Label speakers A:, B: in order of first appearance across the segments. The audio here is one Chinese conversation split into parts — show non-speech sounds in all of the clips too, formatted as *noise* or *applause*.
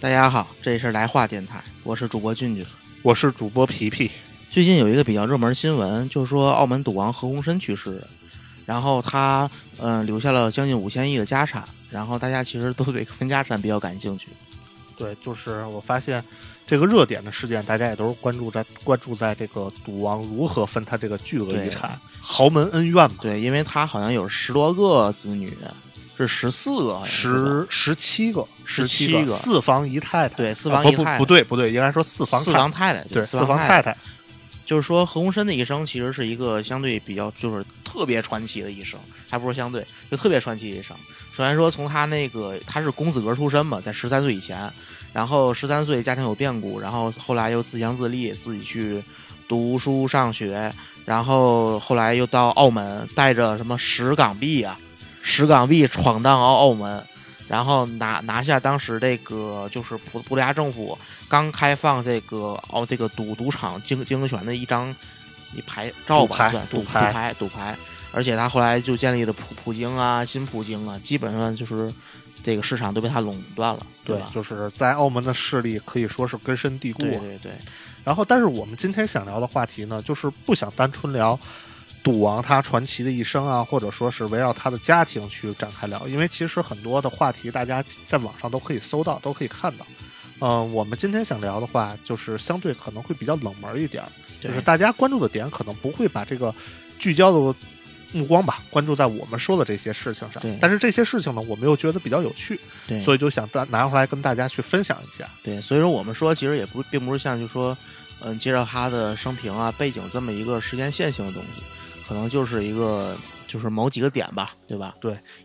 A: 大家好，这是来话电台，我是主播俊俊。
B: 我是主播皮皮，
A: 最近有一个比较热门新闻，就是说澳门赌王何鸿燊去世，然后他嗯、呃留下了将近五千亿的家产，然后大家其实都对分家产比较感兴趣。
B: 对，就是我发现这个热点的事件，大家也都是关注在关注在这个赌王如何分他这个巨额
A: 对
B: 遗产，豪门恩怨嘛，
A: 对，因为他好像有十多个子女，是十四个，好像是哎吧
B: 十十七个，
A: 17
B: 17
A: 个
B: 四房姨太太，
A: 对四
B: 啊
A: 房姨
B: 不不
A: 太
B: 不对不对，应该说四房
A: 四
B: 太
A: 房太太，
B: 对
A: 四
B: 房
A: 太
B: 太，
A: 就是说何鸿燊的一生其实是一个相对比较就是特别传奇的一生，还不是相对就特别传奇的一生。首先说从他那个他是公子哥出身嘛，在十三岁以前，然后十三岁家庭有变故，然后后来又自强自立，自己去读书上学，然后后来又到澳门，带着什么十港币啊，十港币闯荡澳澳门。然后拿拿下当时这个就是葡葡萄牙政府刚开放这个哦这个赌赌场经经营权的一张一牌照吧，
B: 牌
A: 算
B: 赌
A: 赌
B: 牌
A: 赌牌赌牌，而且他后来就建立了葡葡京啊、新葡京啊，基本上就是这个市场都被他垄断了，
B: 对
A: 吧，？
B: 就是在澳门的势力可以说是根深蒂固
A: 对
B: 啊。
A: 对对，
B: 然后，但是我们今天想聊的话题呢，就是不想单纯聊赌王他传奇的一生啊，或者说是围绕他的家庭去展开聊，因为其实很多的话题大家在网上都可以搜到，都可以看到。嗯、我们今天想聊的话，就是相对可能会比较冷门一点儿，
A: 对
B: 就是大家关注的点可能不会把这个聚焦的目光吧，关注在我们说的这些事情上
A: 对。
B: 但是这些事情呢，我们又觉得比较有趣，
A: 对
B: 所以就想大拿回来跟大家去分享一下。
A: 对，所以说我们说其实也不并不是像就说，嗯，介绍他的生平啊、背景这么一个时间线性的东西，可能就是一个就是某几个点吧，对吧？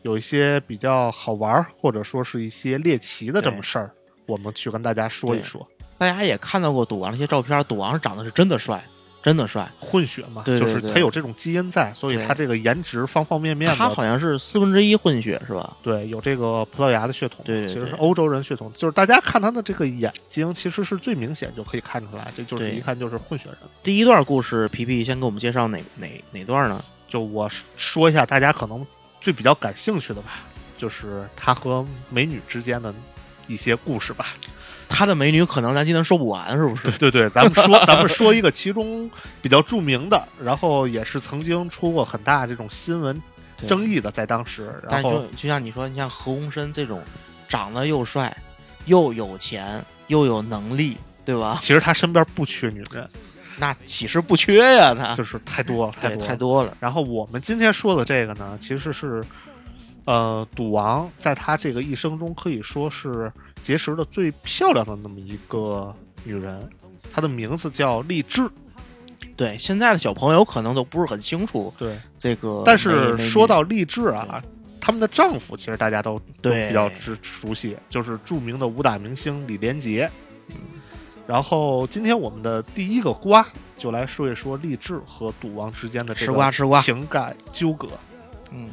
B: 有一些比较好玩儿，或者说是一些猎奇的这么
A: 对
B: 事儿，我们去跟大家说一
A: 对
B: 说。
A: 大家也看到过赌王那些照片，赌王长得是真的帅，真的帅。
B: 混血嘛，
A: 对对
B: 就是
A: 对
B: 他有这种基因在，所以
A: 对
B: 他这个颜值方方面面
A: 他
B: 的，
A: 好像是四分之一混血是吧？
B: 对，有这个葡萄牙的血统，
A: 对对
B: 其实是
A: 对
B: 欧洲人血统，就是大家看他的这个眼睛，其实是最明显就可以看出来，这就是
A: 对
B: 一看就是混血人。
A: 第一段故事，皮皮先给我们介绍哪哪哪段呢？
B: 就我说一下大家可能最比较感兴趣的吧，就是他和美女之间的一些故事吧。
A: 他的美女可能咱今天说不完，是不是？
B: *laughs* 对对对，咱们说咱们说一个其中比较著名的，然后也是曾经出过很大这种新闻
A: 对
B: 争议的，在当时，
A: 但
B: 然
A: 是
B: 后
A: 就就像你说，你像何鸿燊这种长得又帅，又有钱，又有能力，对吧？
B: 其实他身边不缺女人，
A: 那岂是不缺呀、他
B: 就是太多了，太
A: 啊对
B: 多了
A: 太。多了，
B: 然后我们今天说的这个呢，其实是。呃，赌王在他这个一生中可以说是结识的最漂亮的那么一个女人，她的名字叫励志。
A: 对现在的小朋友可能都不是很清楚
B: 对，
A: 这个美。
B: 但
A: 美
B: 是
A: 女
B: 说到励志啊，他们的丈夫其实大家都都
A: 对
B: 比较知熟悉，就是著名的武打明星李连杰。然后今天我们的第一个瓜就来说一说励志和赌王之间的这
A: 吃瓜
B: 个
A: 吃瓜
B: 情感纠葛。
A: 嗯，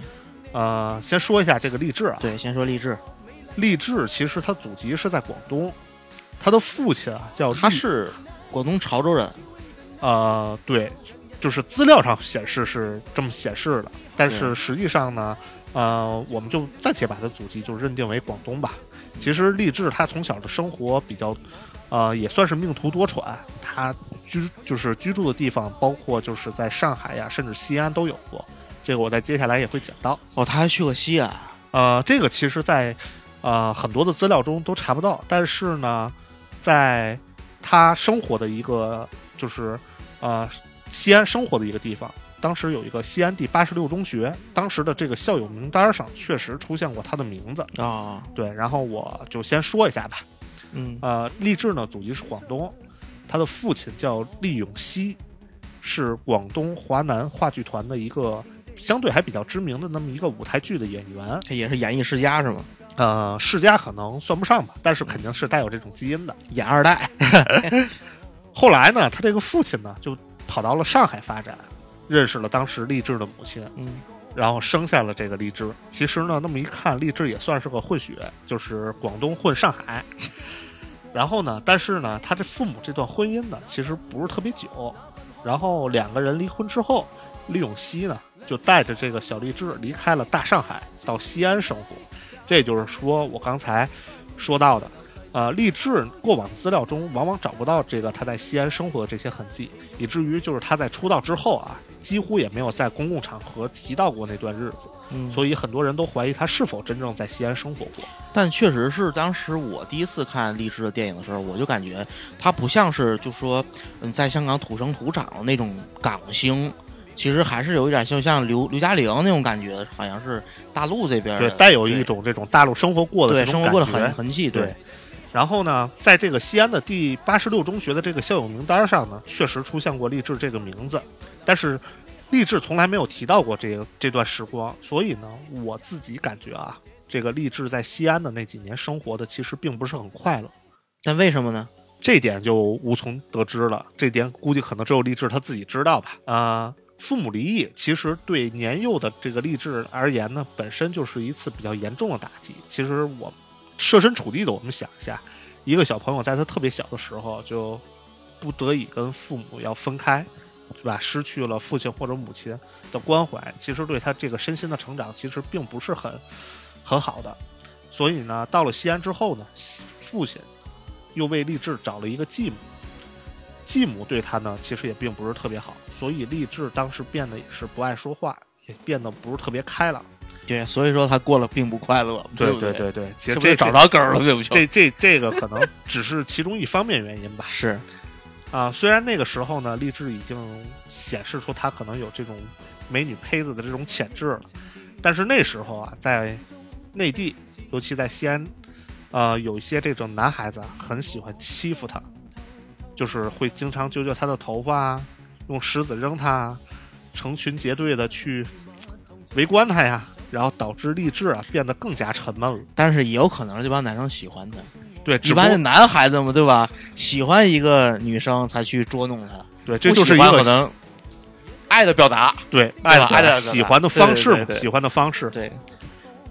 B: 呃，先说一下这个励志啊，
A: 对，先说励志，
B: 励志其实他祖籍是在广东，他的父亲啊叫
A: 他
B: 厉
A: 是广东潮州人，
B: 呃，对，就是资料上显示是这么显示的，但是
A: 对
B: 实际上呢，呃，我们就暂且把它祖籍就认定为广东吧。其实励志他从小的生活比较，呃，也算是命途多舛。他居就是居住的地方，包括就是在上海呀，甚至西安都有过。这个我在接下来也会讲到。
A: 哦，他还去过西安，
B: 呃，这个其实在，呃很多的资料中都查不到，但是呢，在他生活的一个就是呃西安生活的一个地方，当时有一个西安第八十六中学，当时的这个校友名单上确实出现过他的名字。
A: 哦，
B: 对，然后我就先说一下吧。
A: 嗯，
B: 呃，励志呢，祖籍是广东，他的父亲叫厉永熙，是广东华南话剧团的一个相对还比较知名的那么一个舞台剧的演员。
A: 他也是演艺世家是吗？
B: 呃，世家可能算不上吧，但是肯定是带有这种基因的。
A: 演二代，
B: 后来呢，他这个父亲呢，就跑到了上海发展，认识了当时励志的母亲，
A: 嗯，
B: 然后生下了这个励志。其实呢，那么一看，励志也算是个混血，就是广东混上海。然后呢，但是呢，他这父母这段婚姻呢，其实不是特别久。然后两个人离婚之后，李永熙呢就带着这个小励志离开了大上海，到西安生活。这就是说我刚才说到的，呃，励志过往的资料中往往找不到这个他在西安生活的这些痕迹，以至于就是他在出道之后啊，几乎也没有在公共场合提到过那段日子，
A: 嗯
B: 所以很多人都怀疑他是否真正在西安生活过。
A: 但确实是当时我第一次看励志的电影的时候，我就感觉他不像是就说嗯在香港土生土长的那种港星，其实还是有一点就像刘刘嘉玲那种感觉，好像是大陆这边
B: 对，
A: 的
B: 带有一种这种大陆生活过
A: 嗯
B: 的
A: 对
B: 这
A: 生
B: 种
A: 活
B: 感
A: 过的
B: 觉。
A: 痕痕迹，对
B: 对，然后呢，在这个西安的第八十六中学的这个校友名单上呢，确实出现过励志这个名字，但是励志从来没有提到过这个这段时光，所以呢，我自己感觉啊，这个励志在西安的那几年生活的其实并不是很快乐，
A: 但为什么呢？
B: 这点就无从得知了，这点估计可能只有励志他自己知道吧，啊、父母离异其实对年幼的这个励志而言呢，本身就是一次比较严重的打击。其实我设身处地的，我们想一下，一个小朋友在他特别小的时候就不得已跟父母要分开，对吧？失去了父亲或者母亲的关怀，其实对他这个身心的成长其实并不是很很好的。所以呢，到了西安之后呢，西父亲又为励志找了一个继母，继母对他呢其实也并不是特别好，所以励志当时变得也是不爱说话，也变得不是特别开朗。
A: 对，所以说他过了并不快乐，不
B: 对
A: 对
B: 对对，其
A: 是
B: 实
A: 不是
B: 这
A: 找着根儿了？对不起，
B: 这这这个可能只是其中一方面原因吧。
A: 是
B: 啊，虽然那个时候呢，励志已经显示出他可能有这种美女胚子的这种潜质了，但是那时候啊，在内地，尤其在西安，呃，有一些这种男孩子啊，很喜欢欺负他，就是会经常揪揪他的头发啊，用石子扔他啊，成群结队的去围观他呀，然后导致励志啊变得更加沉闷了。
A: 但是也有可能这帮男生喜欢他，
B: 对，
A: 一
B: 只不
A: 般
B: 过
A: 的男孩子嘛，对吧？喜欢一个女生才去捉弄她，
B: 对，这
A: 不
B: 就是
A: 喜
B: 一
A: 欢
B: 个
A: 可能爱的表达，
B: 对
A: 爱的
B: 爱
A: 表达
B: 喜欢的
A: 对对
B: 方式
A: 对
B: 嘛，
A: 对
B: 喜欢的方式。
A: 对。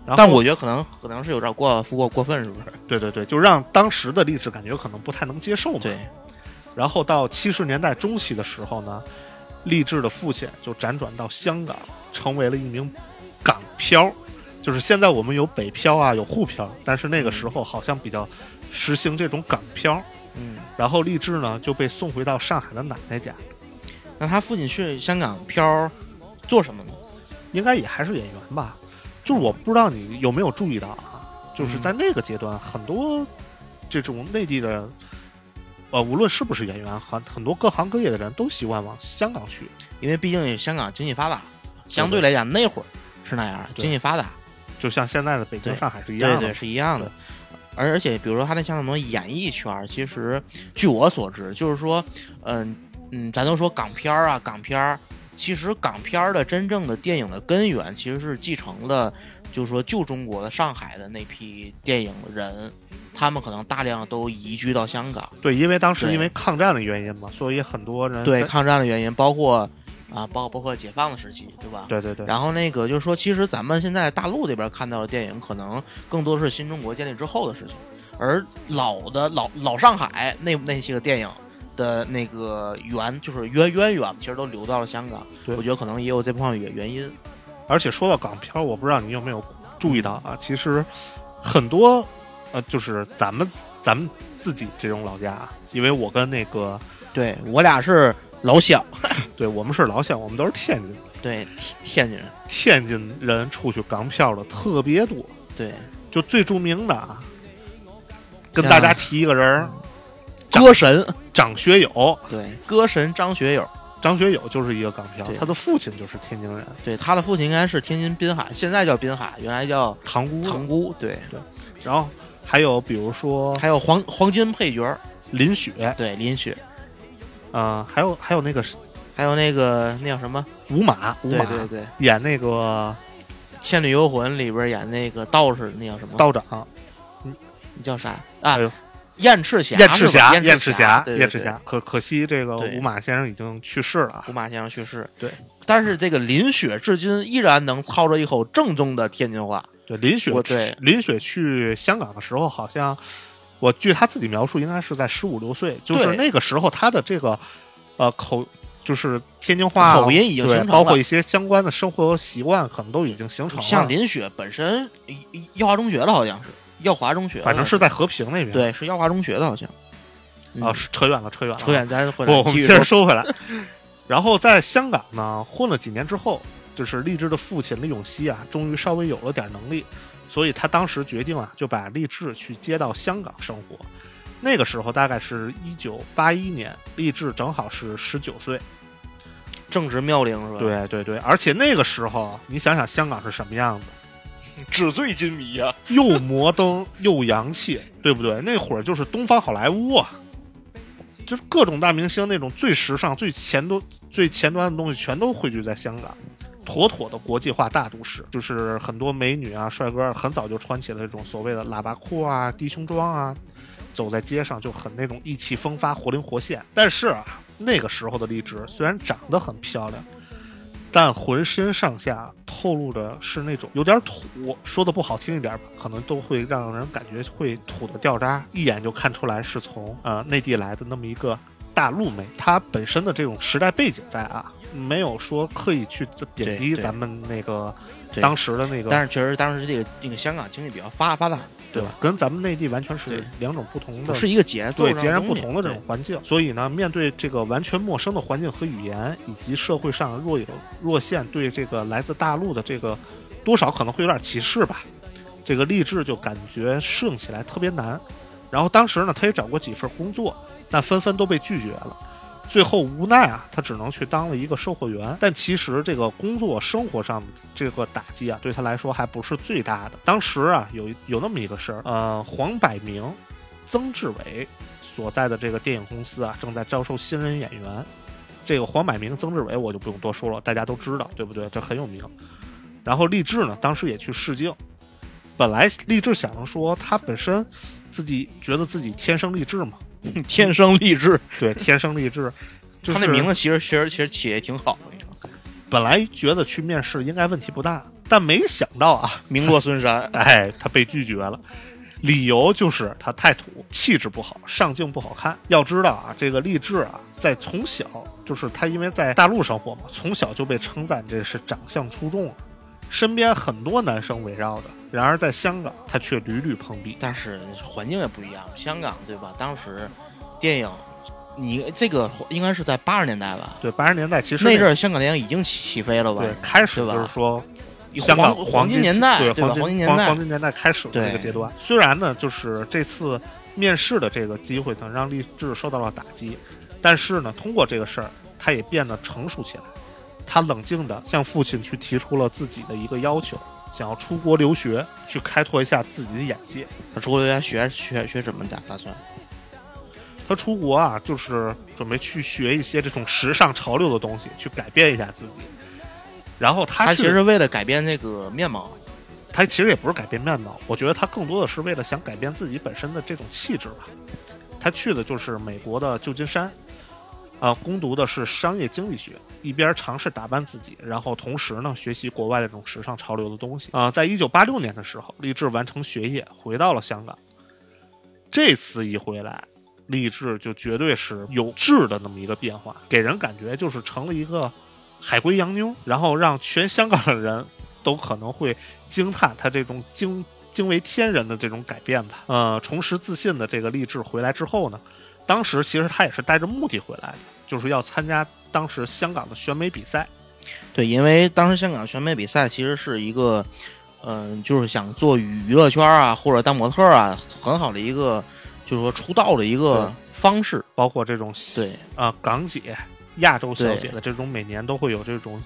B: 然后
A: 但我觉得可能可能是有点过过过分，是不是？
B: 对对对，就让当时的励志感觉可哦能不太能接受嘛。
A: 对，
B: 然后到七十年代中期的时候呢，励志的父亲就辗转到香港，成为了一名港漂。就是现在我们有北漂啊，有沪漂，但是那个时候好像比较实行这种港漂。
A: 嗯。
B: 然后励志呢就被送回到上海的奶奶家，
A: 那他父亲去香港漂做什么呢？
B: 应该也还是演员吧。就是我不知道你有没有注意到啊，就是
A: 嗯
B: 在那个阶段，很多这种内地的，呃，无论是不是演员，很很多各行各业的人都习惯往香港去。
A: 因为毕竟香港经济发达，相对来讲那会儿是那样，
B: 对
A: 经济发达，
B: 就像现在的北京、
A: 对
B: 上海是一样
A: 对
B: 的。
A: 对，是一样的
B: 对。
A: 而而且，比如说他那像什么演艺圈儿，其实据我所知，就是说，嗯嗯，咱都说港片儿啊，港片儿，其实港片儿的真正的电影的根源，其实是继承了，就是说旧中国的上海的那批电影人，他们可能大量都移居到香港，
B: 对因为当时
A: 对
B: 因为抗战的原因嘛，所以很多人
A: 对
B: 在
A: 抗战的原因，包括啊，包包括解放的时期，对吧？
B: 对对对，
A: 然后那个就是说，其实咱们现在大陆这边看到的电影，可能更多是新中国建立之后的事情，而老的老老上海那那些个电影的那个源就是渊渊源，其实都流到了香港。
B: 对
A: 我觉得可能也有这方面原原因。
B: 而且说到港漂，我不知道你有没有注意到啊，其实很多呃，就是咱们咱们自己这种老家啊，因为我跟那个
A: 对我俩是老乡，
B: 对我们是老乡，我们都是天津的
A: 对天天津人，
B: 天津人出去港漂的特别多，
A: 对
B: 就最著名的啊，跟
A: 像
B: 大家提一个人儿，
A: 歌神， *laughs*
B: 张学友，
A: 对歌神张学友，
B: 张学友就是一个港漂
A: 对，
B: 他的父亲就是天津人，
A: 对他的父亲应该是天津滨海，现在叫滨海，原来叫
B: 塘沽的，
A: 塘沽，对，
B: 然后还有比如说
A: 还有黄黄金配角儿，
B: 林雪，
A: 对林雪，
B: 啊，还有还有那个
A: 还有那个那叫什么？
B: 吴马，吴
A: 对
B: 马
A: 对对。
B: 演那个
A: 《倩女幽魂》里边演那个道士，那叫什么？
B: 道长
A: 叫啥啊
B: 哎呦？
A: 燕赤霞，
B: 燕赤霞，
A: 是吧燕
B: 赤
A: 霞，对
B: 燕赤，
A: 对
B: 霞。可可惜这个
A: 对
B: 吴马先生已经去世了
A: 对胡
B: 啊。
A: 马先生去世。
B: 对，
A: 但是这个林雪至今依然能操着一口正宗的天津话。
B: 对，林雪
A: 我对
B: 林雪去香港的时候，好像我据她自己描述，应该是在十五六岁，就是
A: 对
B: 那个时候她的这个呃口。就是天津话啊
A: 口音已经
B: 对
A: 形成了
B: 包括一些相关的生活习惯，可能都已经形成了。
A: 像林雪本身一一一化中学了，好像是耀华中学的，
B: 反正是在和平那边。
A: 对，是耀华中学的，好像
B: 啊，
A: 嗯
B: 是扯远了，扯远了，
A: 扯远咱回
B: 我
A: 来
B: 我们
A: 继续
B: 接着说回来。 *laughs* 然后在香港呢混了几年之后，就是励志的父亲李永熙啊，终于稍微有了点能力，所以他当时决定啊，就把励志去接到香港生活。那个时候大概是一九八一年，励志正好是十九岁。
A: 正值妙龄是吧？，
B: 对对对，而且那个时候啊你想想香港是什么样子，
C: 纸醉金迷啊，
B: 又摩登又洋气，对不对？那会儿就是东方好莱坞啊，就是各种大明星那种最时尚、最前端、最前端的东西，全都汇聚在香港，妥妥的国际化大都市。就是很多美女啊、帅哥啊很早就穿起了这种所谓的喇叭裤啊、低胸装啊，走在街上就很那种意气风发、活灵活现。但是啊，那个时候的荔枝虽然长得很漂亮。但浑身上下透露着是那种有点土，说的不好听一点吧，可能都会让人感觉会土的掉渣，一眼就看出来是从呃内地来的那么一个大陆妹。她本身的这种时代背景在啊，没有说刻意去贬低
A: 对对
B: 咱们那个
A: 对
B: 当时的那个，
A: 但是确实当时这个这个香港经济比较发发达，
B: 对
A: 吧？
B: 吧？跟咱们内地完全是
A: 对
B: 两种不同的
A: 是一个节奏
B: 对
A: 上的东西，
B: 截然不同的这
A: 对
B: 种环境。所以呢，面对这个完全陌生的环境和语言，以及社会上若有若现对这个来自大陆的这个多少可能会有点歧视吧，这个励志就感觉适应起来特别难。然后当时呢，他也找过几份工作，但纷纷都被拒绝了。最后无奈啊，他只能去当了一个售货员。但其实这个工作生活上的这个打击啊，对他来说还不是最大的。当时啊，有一有那么一个事儿，呃，黄百鸣、曾志伟所在的这个电影公司啊，正在招收新人演员。这个黄百鸣、曾志伟我就不用多说了，大家都知道，对不对？这很有名。然后励志呢，当时也去试镜。本来励志想着说，他本身自己觉得自己天生丽质嘛，
A: 天生丽质，
B: 对，天生
A: *laughs*
B: 丽质。就是
A: 他那名字其实其实其实起也挺好的，你知道吗
B: 本来觉得去面试应该问题不大，但没想到啊，，
A: 名落孙山
B: 哎，他被拒绝了，理由就是他太土，气质不好，上镜不好看。要知道啊，这个励志啊，在从小就是他因为在大陆生活嘛，从小就被称赞这是长相出众啊，身边很多男生围绕着。然而在香港，他却屡屡碰壁。
A: 但是环境也不一样。香港对吧？当时电影，你这个应该是在八十年代吧？
B: 对，八十年代其实
A: 那阵儿香港电影已经起起飞了吧？
B: 对开始
A: 对吧
B: 就是说香港
A: 黄黄金年代
B: 对
A: 对吧？
B: 黄
A: 金
B: 金
A: 年
B: 黄
A: 代
B: 黄，金年代开始的
A: 对
B: 这个阶段。虽然呢，就是这次面试的这个机会呢，让励志受到了打击，但是呢，通过这个事儿，他也变得成熟起来。他冷静地向父亲去提出了自己的一个要求，想要出国留学，去开拓一下自己的眼界。
A: 他出国留学学学学什么打打算？
B: 他出国啊，就是准备去学一些这种时尚潮流的东西，去改变一下自己。然后他
A: 他
B: 是
A: 其实为了改变那个面貌，啊
B: 他其实也不是改变面貌，我觉得他更多的是为了想改变自己本身的这种气质吧。他去的就是美国的旧金山，啊、攻读的是商业经济学，一边尝试打扮自己，然后同时呢学习国外的这种时尚潮流的东西。啊、在一九八六年的时候，励志完成学业回到了香港。这次一回来，励志就绝对是有质的那么一个变化，给人感觉就是成了一个海归洋妞，然后让全香港的人都可能会惊叹他这种惊惊为天人的这种改变吧。呃，重拾自信的这个励志回来之后呢，当时其实他也是带着目的回来的，就是要参加当时香港的选美比赛。
A: 对，因为当时香港选美比赛其实是一个，嗯、就是想做娱娱乐圈啊，或者当模特啊，很好的一个，就是说出道的一个方式。
B: 包括这种
A: 对
B: 呃港姐、亚洲小姐
A: 对
B: 的这种，每年都会有这种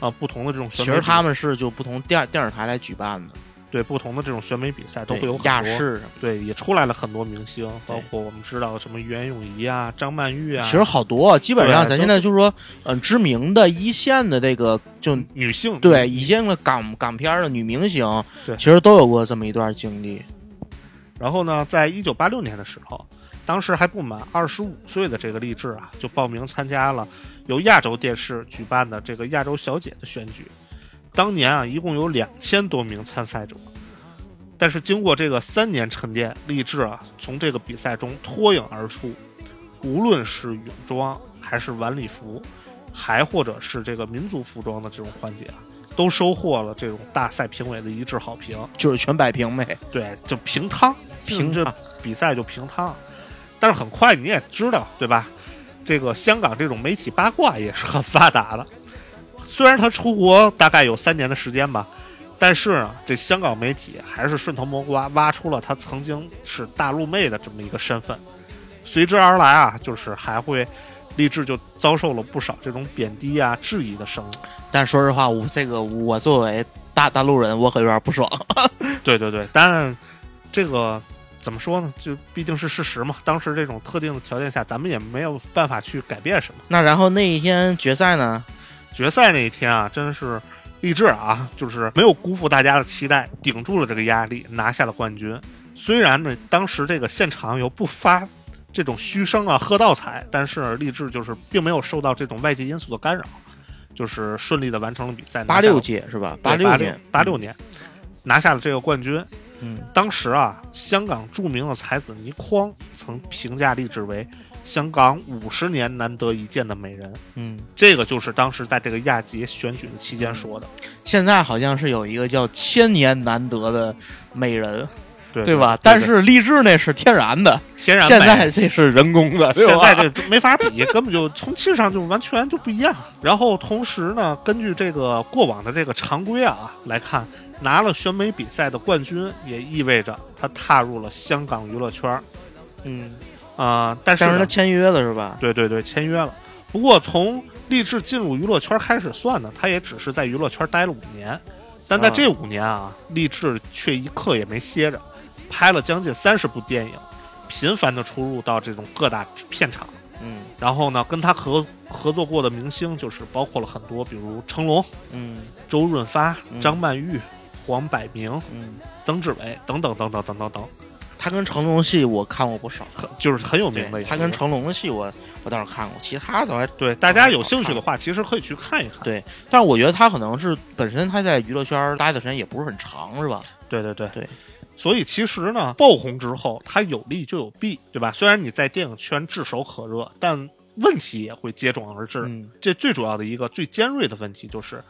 B: 呃不同的这种
A: 其
B: 选美
A: 实
B: 比赛，
A: 他们是就不同电电视台来举办的，
B: 对不同的这种选美比赛都
A: 对
B: 会有很
A: 亚
B: 多
A: 视什么
B: 对也出来了很多明星，包
A: 对
B: 括我们知道的什么袁咏仪啊、张曼玉
A: 的，
B: 啊，
A: 其实好多啊，基本上
B: 对
A: 咱现在就是说，嗯、知名的一线的这个就
B: 女性
A: 对一线的港港片儿的女明星
B: 对，
A: 其实都有过这么一段经历。
B: 然后呢，在一九八六年的时候，当时还不满二十五岁的这个励志啊，就报名参加了由亚洲电视举办的这个亚洲小姐的选举。当年啊，一共有两千多名参赛者，但是经过这个三年沉淀，励志啊从这个比赛中脱颖而出，无论是泳装还是晚礼服，还或者是这个民族服装的这种环节啊，都收获了这种大赛评委的一致好评。
A: 就是全摆平呗。
B: 对，就平汤，
A: 平
B: 这
A: 汤
B: 比赛就平汤。但是很快你也知道，对吧？这个香港这种媒体八卦也是很发达的。 *laughs* 虽然他出国大概有三年的时间吧，但是呢，这香港媒体还是顺藤摸瓜挖出了他曾经是大陆妹的这么一个身份。随之而来啊，就是还会励志就遭受了不少这种贬低啊、质疑的声音。
A: 但说实话，我这个我作为大大陆人，我可有点不爽。
B: 对对对，但这个怎么说呢？就毕竟是事实嘛。当时这种特定的条件下，咱们也没有办法去改变什么。
A: 那然后那一天决赛呢？
B: 决赛那一天啊，真是励志啊，就是没有辜负大家的期待，顶住了这个压力，拿下了冠军。虽然呢，当时这个现场有不发这种嘘声啊、喝倒彩，但是励志就是并没有受到这种外界因素的干扰，就是顺利的完成了比赛。
A: 八六届是吧？
B: 八
A: 六
B: 六
A: 届，
B: 八六年拿下了这个冠军。
A: 嗯，
B: 当时啊，香港著名的才子倪匡曾评价励志为香港五十年难得一见的美人，
A: 嗯嗯。
B: 这个就是当时在这个亚杰选举的期间说的，
A: 现在好像是有一个叫“千年难得的美人”，
B: 对
A: 对
B: 对
A: 吧？但是励志那是天然的，
B: 天然
A: 现
B: 美
A: 在这是人工的，对
B: 现
A: 吧
B: 在这都没法比，根本就从气上就完全就不一样。然后同时呢，根据这个过往的这个常规啊来看，拿了选美比赛的冠军，也意味着他踏入了香港娱乐圈儿
A: 嗯，
B: 啊、但是
A: *laughs* 但是
B: 呢
A: 他签约了是吧？
B: 对对对，签约了。不过从励志进入娱乐圈开始算呢，他也只是在娱乐圈待了五年，但
A: 嗯
B: 在这五年啊，励志却一刻也没歇着，拍了将近三十部电影，频繁的出入到这种各大片场。
A: 嗯
B: 然后呢，跟他合合作过的明星就是包括了很多，比如成龙、
A: 嗯
B: 周润发
A: 嗯、
B: 张曼玉、黄百鸣、
A: 嗯，
B: 曾志伟等等等等等等等，
A: 他跟成龙戏我看过不少，
B: 很就是很有名的
A: 对
B: 一个人。
A: 他跟成龙的戏我我倒是看过，其他的我还
B: 对大家有兴趣的话，其实可以去看一看。
A: 对但是我觉得他可能是本身他在娱乐圈待的时间也不是很长，是吧？
B: 对对对
A: 对，
B: 所以其实呢，爆红之后，它有利就有弊，对吧？虽然你在电影圈炙手可热，但问题也会接踵而至。
A: 嗯
B: 这最主要的一个最尖锐的问题就是，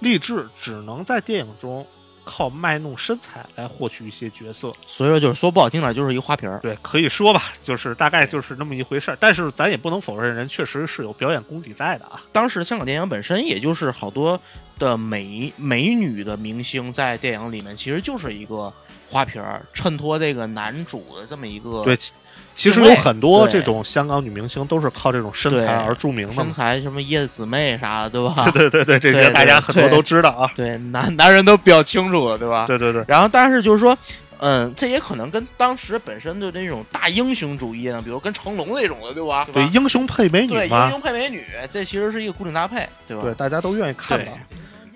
B: 励志只能在电影中靠卖弄身材来获取一些角色。
A: 所以说就是说不好听点，就是一个花瓶儿。
B: 对，可以说吧， *laughs* 就是大概就是那么一回事儿。但是咱也不能否认，人确实是有表演功底在的啊。
A: 当时香港电影本身也就是好多的美美女的明星在电影里面其实就是一个花瓶儿，衬托这个男主的这么一个
B: 对，其其实
A: 对
B: 有很多
A: 对
B: 这种香港女明星都是靠这种身
A: 对
B: 材而著名的
A: 身
B: 嘛。
A: 材什么叶子姊妹啥的，对吧？
B: *laughs* 对对对，这
A: 对
B: 些
A: 对
B: 大家很多
A: 对
B: 都知道啊。
A: 对，男男人都比较清楚了，对吧？
B: 对对对，
A: 然后，但是就是说，嗯，这也可能跟当时本身的那种大英雄主义呢，比如跟成龙那种的，对吧？
B: 对
A: 吧
B: 英雄配美女
A: 对，英
B: 嘛，
A: 雄配美女，这其实是一个固定搭配，对吧？
B: 对大家都愿意看
A: 对
B: 嘛。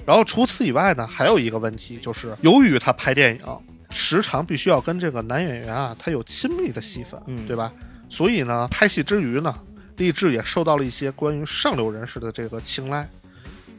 B: 然后除此以外呢，还有一个问题就是，由于他拍电影时常必须要跟这个男演员啊，他有亲密的戏份，
A: 嗯
B: 对吧？所以呢，拍戏之余呢，励志也受到了一些关于上流人士的这个青睐。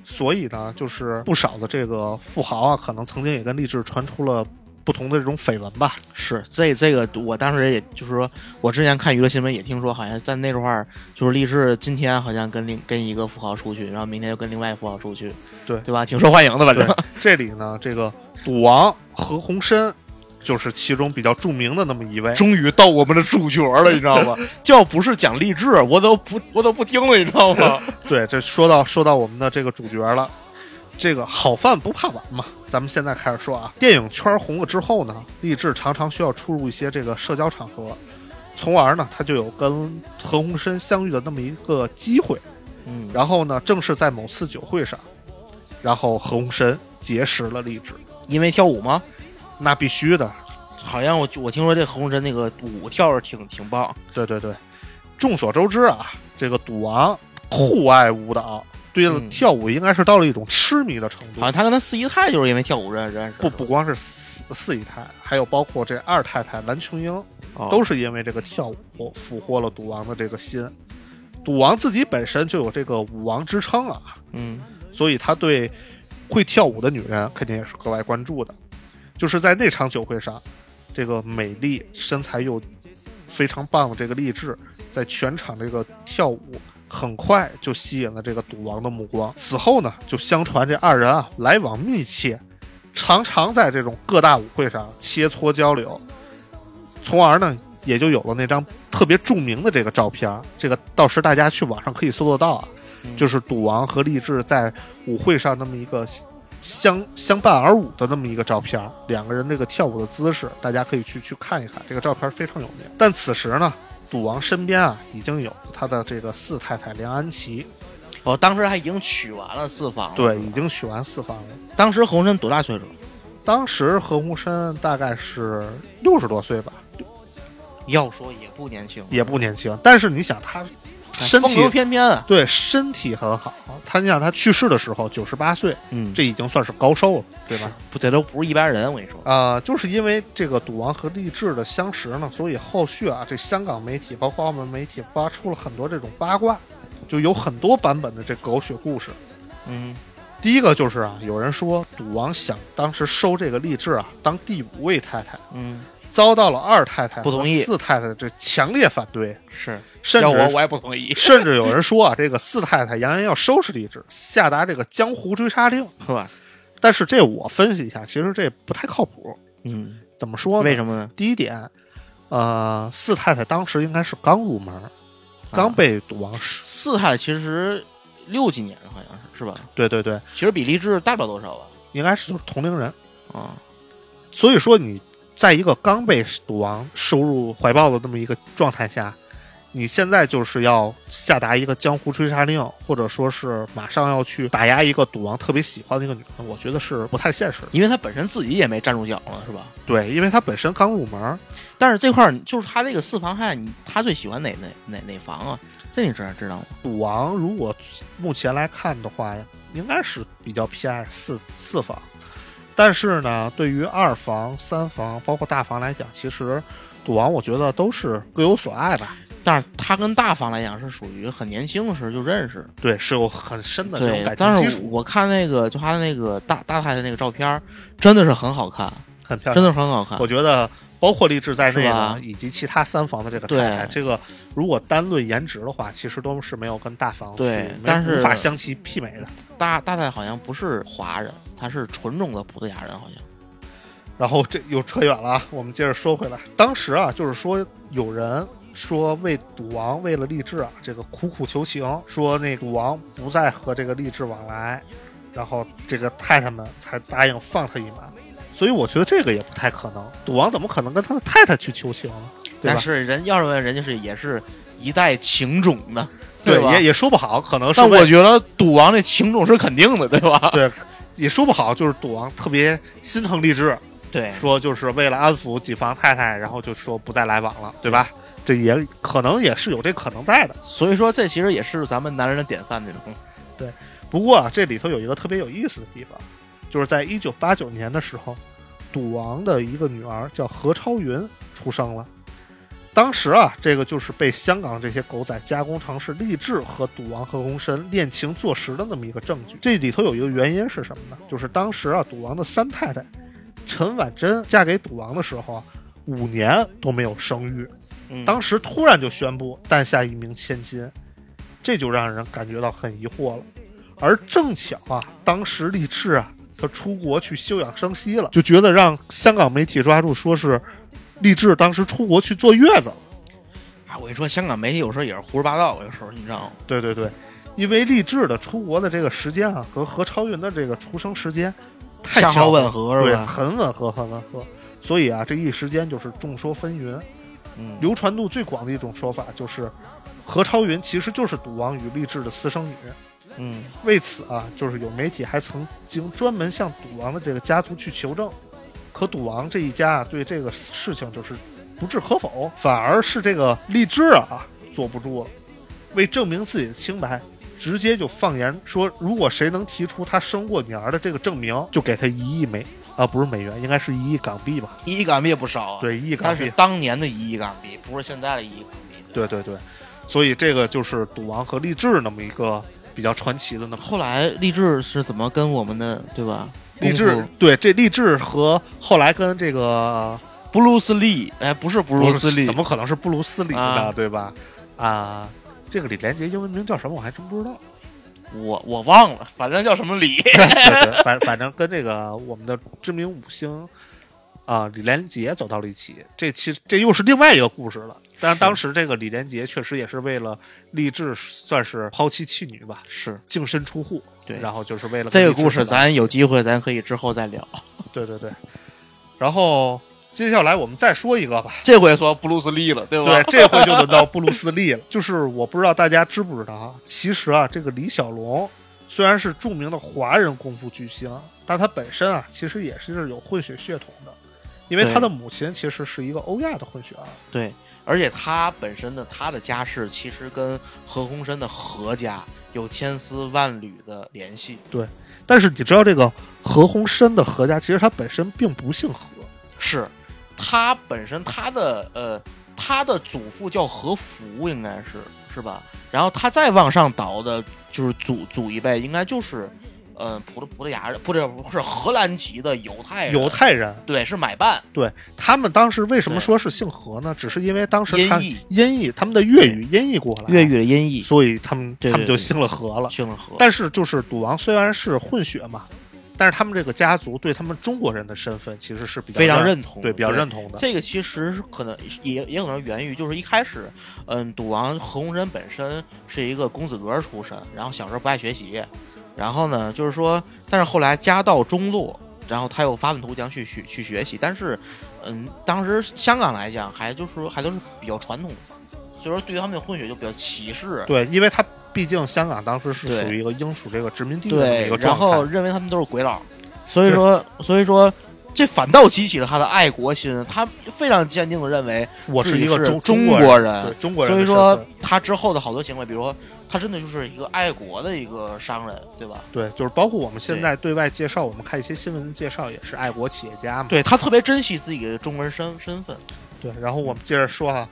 B: 所以呢，就是不少的这个富豪啊，可能曾经也跟励志传出了不同的这种绯闻吧。
A: 是这这个，我当时也就是说，我之前看娱乐新闻也听说，好像在那块儿就是励志今天好像跟另跟一个富豪出去，然后明天又跟另外一个富豪出去，
B: 对
A: *laughs* 对吧？挺受欢迎的，反正
B: 对，这里呢，这个赌王何鸿燊就是其中比较著名的那么一位。
A: *laughs* 终于到我们的主角了，你知道
B: *laughs*
A: 吗？就要不是讲励志，我都不我都不听了，你知道
B: *laughs*
A: 吗？ *laughs*
B: 对，这说到说到我们的这个主角了，这个好饭不怕晚嘛。咱们现在开始说啊，电影圈红了之后呢，励志常常需要出入一些这个社交场合，从而呢，他就有跟何鸿燊相遇的那么一个机会。
A: 嗯，
B: 然后呢，正是在某次酒会上，然后何鸿燊结识了励志，
A: 因为跳舞吗？
B: 那必须的。
A: 好像我我听说这何鸿燊那个舞跳着挺挺棒，
B: 对对对，众所周知啊，这个赌王酷爱舞蹈，对了
A: 嗯
B: 跳舞应该是到了一种痴迷的程度
A: 好。像他跟他四姨太就是因为跳舞认认识
B: 不
A: 的，
B: 不光是四四姨太，还有包括这二太太蓝琼英，
A: 哦
B: 都是因为这个跳舞俘获了赌王的这个心。赌王自己本身就有这个舞王之称啊，
A: 嗯
B: 所以他对会跳舞的女人肯定也是格外关注的。就是在那场酒会上，这个美丽、身材又非常棒的这个励志，在全场这个跳舞很快就吸引了这个赌王的目光。此后呢，就相传这二人啊来往密切，常常在这种各大舞会上切磋交流，从而呢也就有了那张特别著名的这个照片儿。这个到时大家去网上可以搜得到啊，
A: 嗯
B: 就是赌王和励志在舞会上那么一个相相伴而舞的那么一个照片儿，两个人这个跳舞的姿势，大家可以去去看一看，这个照片非常有名。但此时呢，赌王身边啊已经有他的这个四太太梁安琪，
A: 哦，当时还已经娶完了四房了，
B: 对，
A: 是吧
B: 已经娶完四房了。
A: 当时侯申多大岁数？
B: 当时何鸿燊大概是六十多岁吧，
A: 要说也不年轻，
B: 也不年轻，但是你想他
A: 哎
B: 身
A: 风流
B: 体
A: 翩翩啊。
B: 对身体很好，他你想他去世的时候九十八岁，
A: 嗯，
B: 这已经算是高寿了，对吧？？
A: 不，这都不是一般人，我跟你说。
B: 啊，就是因为这个赌王和励志的相识呢，所以后续啊，这香港媒体包括澳门媒体挖出了很多这种八卦，就有很多版本的这狗血故事。
A: 嗯，
B: 第一个就是啊，有人说赌王想当时收这个励志啊当第五位太太，
A: 嗯，
B: 遭到了二太太
A: 不同意
B: 和四太太这强烈反对，
A: 是，
B: 甚
A: 要我
B: 至
A: 我也不同意，
B: 甚至有人说啊，这个四太太扬言要收拾励志，下达这个江湖追杀令。
A: 是吧？
B: 但是这我分析一下，其实这不太靠谱。
A: 嗯，
B: 怎么说呢？
A: 为什么呢？
B: 第一点，呃，四太太当时应该是刚入门儿，刚被赌王收、
A: 四太其实六几年了好像是是吧？
B: 对对对，
A: 其实比励志大不了多少吧。
B: 应该是就是同龄人。
A: 啊，
B: 所以说，你在一个刚被赌王收入怀抱的这么一个状态下，你现在就是要下达一个江湖追杀令，或者说是马上要去打压一个赌王特别喜欢的一个女的，我觉得是不太现实的。
A: 因为他本身自己也没站住脚了，是吧？
B: 对，因为她本身刚入门儿，
A: 但是这块儿就是他这个四房害，你他最喜欢哪哪哪哪房啊？这你知道知道吗？
B: 赌王如果目前来看的话，应该是比较偏爱四四房，但是呢，对于二房、三房，包括大房来讲，其实赌王我觉得都是各有所爱吧。
A: 但是他跟大房来讲是属于很年轻的时候就认识，
B: 对，是有很深的这种
A: 对。
B: 感
A: 但
B: 情基
A: 是
B: 础，
A: 我看那个就他那个大大太太那个照片儿，真的是很好看，
B: 很漂
A: 真
B: 亮。
A: 的是很好看
B: 我。觉得包括励志在内
A: 是
B: 呢
A: 吧，
B: 以及其他三房的这个太太，
A: 对
B: 这个如果单论颜值的话，其实都是没有跟大房去
A: 对
B: 没
A: 但是
B: 无法相提媲美的。
A: 大大太好像不是华人，他是纯种的葡萄牙人，好像。
B: 然后这又扯远了啊，我们接着说回来。当时啊，就是说有人说为赌王为了励志啊，这个苦苦求情，说那赌王不再和这个励志往来，然后这个太太们才答应放他一马。所以我觉得这个也不太可能，赌王怎么可能跟他的太太去求情呢？对
A: 但
B: 吧？
A: 是人要是问人家是也是一代情种呢，
B: 对，
A: 吧？
B: 也也说不好，可能是
A: 但
B: 为
A: 我觉得赌王这情种是肯定的，对吧？
B: 对，也说不好，就是赌王特别心疼励志，
A: *laughs* 对
B: 说就是为了安抚几房太太，然后就说不再来往了，对吧？这也可能也是有这可能在的。
A: 所以说这其实也是咱们男人的典范那种。
B: 不过啊，这里头有一个特别有意思的地方，就是在一九八九年的时候，赌王的一个女儿叫何超云出生了。当时啊，这个就是被香港这些狗仔加工成是励志和赌王何鸿燊恋情坐实的那么一个证据。这里头有一个原因是什么呢？就是当时啊，赌王的三太太陈婉珍嫁给赌王的时候啊，五年都没有生育，
A: 嗯
B: 当时突然就宣布诞下一名千金，这就让人感觉到很疑惑了。而正巧啊，当时励志啊，他出国去休养生息了，就觉得让香港媒体抓住，说是励志当时出国去坐月子了。
A: 啊，我跟你说，香港媒体有时候也是胡说八道，有时候你知道吗？
B: 对对对，因为励志的出国的这个时间啊，和何超云的这个出生时间太
A: 恰
B: 巧
A: 好
B: 了
A: 吻合是
B: 对，
A: 吧？
B: 很吻合，很吻合。所以啊，这一时间就是众说纷纭。
A: 嗯，
B: 流传度最广的一种说法就是，何超云其实就是赌王与励志的私生女。
A: 嗯，
B: 为此啊，就是有媒体还曾经专门向赌王的这个家族去求证，可赌王这一家啊对这个事情就是不置可否，反而是这个励志啊坐不住了，为证明自己的清白，直接就放言说，如果谁能提出他生过女儿的这个证明，就给他一亿美啊不是美元，应该是一亿港币吧？
A: 一亿港币也不少啊。，
B: 对，一亿港
A: 但
B: 币
A: 是。当年的一亿港币，不是现在的一亿港币。
B: 对对对，所以这个就是赌王和励志那么一个比较传奇的那么
A: 后来励志是怎么跟我们的对吧？
B: *laughs* 励志。对这励志和后来跟这个
A: 布鲁斯利，哎，不是布鲁斯利
B: 怎，么可能是布鲁斯李呢？
A: 啊
B: 对吧？啊，这个李连杰英文名叫什么我还真不
A: *laughs*
B: 知道。
C: 我我忘了，反正叫什么李，
B: 对对，反反正跟这个我们的知名五星啊、李连杰走到了一起，这其实这又是另外一个故事了。但是当时这个李连杰确实也是为了励志，算是抛妻弃女吧，
A: 是
B: 净身出户。
A: 对
B: 然后就是为了
A: 这个
B: 跟励志
A: 故事，
B: 奋斗
A: 咱有机会咱可以之后再聊。
B: 对对对。然后接下来我们再说一个吧，
C: 这回说布鲁斯利了，对吧？
B: 对，这回就轮到布鲁斯利了。就是我不知道大家知不知道啊，其实啊，这个李小龙虽然是著名的华人功夫巨星，但他本身啊，其实也是有混血血统的，因为
A: 对
B: 他的母亲其实是一个欧亚的混血啊儿。
A: 对，而且他本身的他的家世其实跟何鸿燊的何家有千丝万缕的联系。
B: 但是你知道这个何鸿燊的何家，其实他本身并不姓何。
A: 是，他本身他的呃他的祖父叫何福，应该是是吧？然后他再往上倒的，就是祖祖一辈，应该就是呃葡萄葡萄牙人，不是不是荷兰籍的犹太人。
B: 犹太人，
A: 对，是买办。
B: 他们当时为什么
A: 对
B: 说是姓何呢？只是因为当时他
A: 音译
B: 音译，他们的粤语音译过来，
A: 粤，语的音译，
B: 所以他们
A: 对对
B: 他们就
A: 对
B: 姓了何了。
A: 姓何。
B: 但是就是赌王虽然是混血嘛，但是他们这个家族对他们中国人的身份其实是比较
A: 非常认同，
B: 对比较认同的。
A: 这个其实是可能也也可能源于就是一开始，嗯，赌王何鸿燊本身是一个公子哥出身，然后小时候不爱学习，然后呢就是说，但是后来家道中落，然后他又发愤图强去学去学习，但是，嗯，当时香港来讲还就是说还都是比较传统的，所以说对于他们的混血就比较歧视，
B: 对，因为他毕竟香港当时是
A: 对
B: 属于一个英属这个殖民地的这么
A: 对
B: 一个，
A: 然
B: 状态。
A: 后认为他们都是鬼佬，所以说所以说。这反倒激起了他的爱国心，他非常坚定的认为
B: 我是一个
A: 自己
B: 中
A: 是中
B: 国
A: 国
B: 对
A: 人，
B: 中国人
A: 所以
B: 的身份，
A: 说他之后的好多行为，比如说他真的就是一个爱国的一个商人，对吧？
B: 对，就是包括我们现在对外介绍，我们看一些新闻介绍也是爱国企业家嘛。
A: 对他特别珍惜自己的中国人身身份，
B: 对，然后我们接着说哈、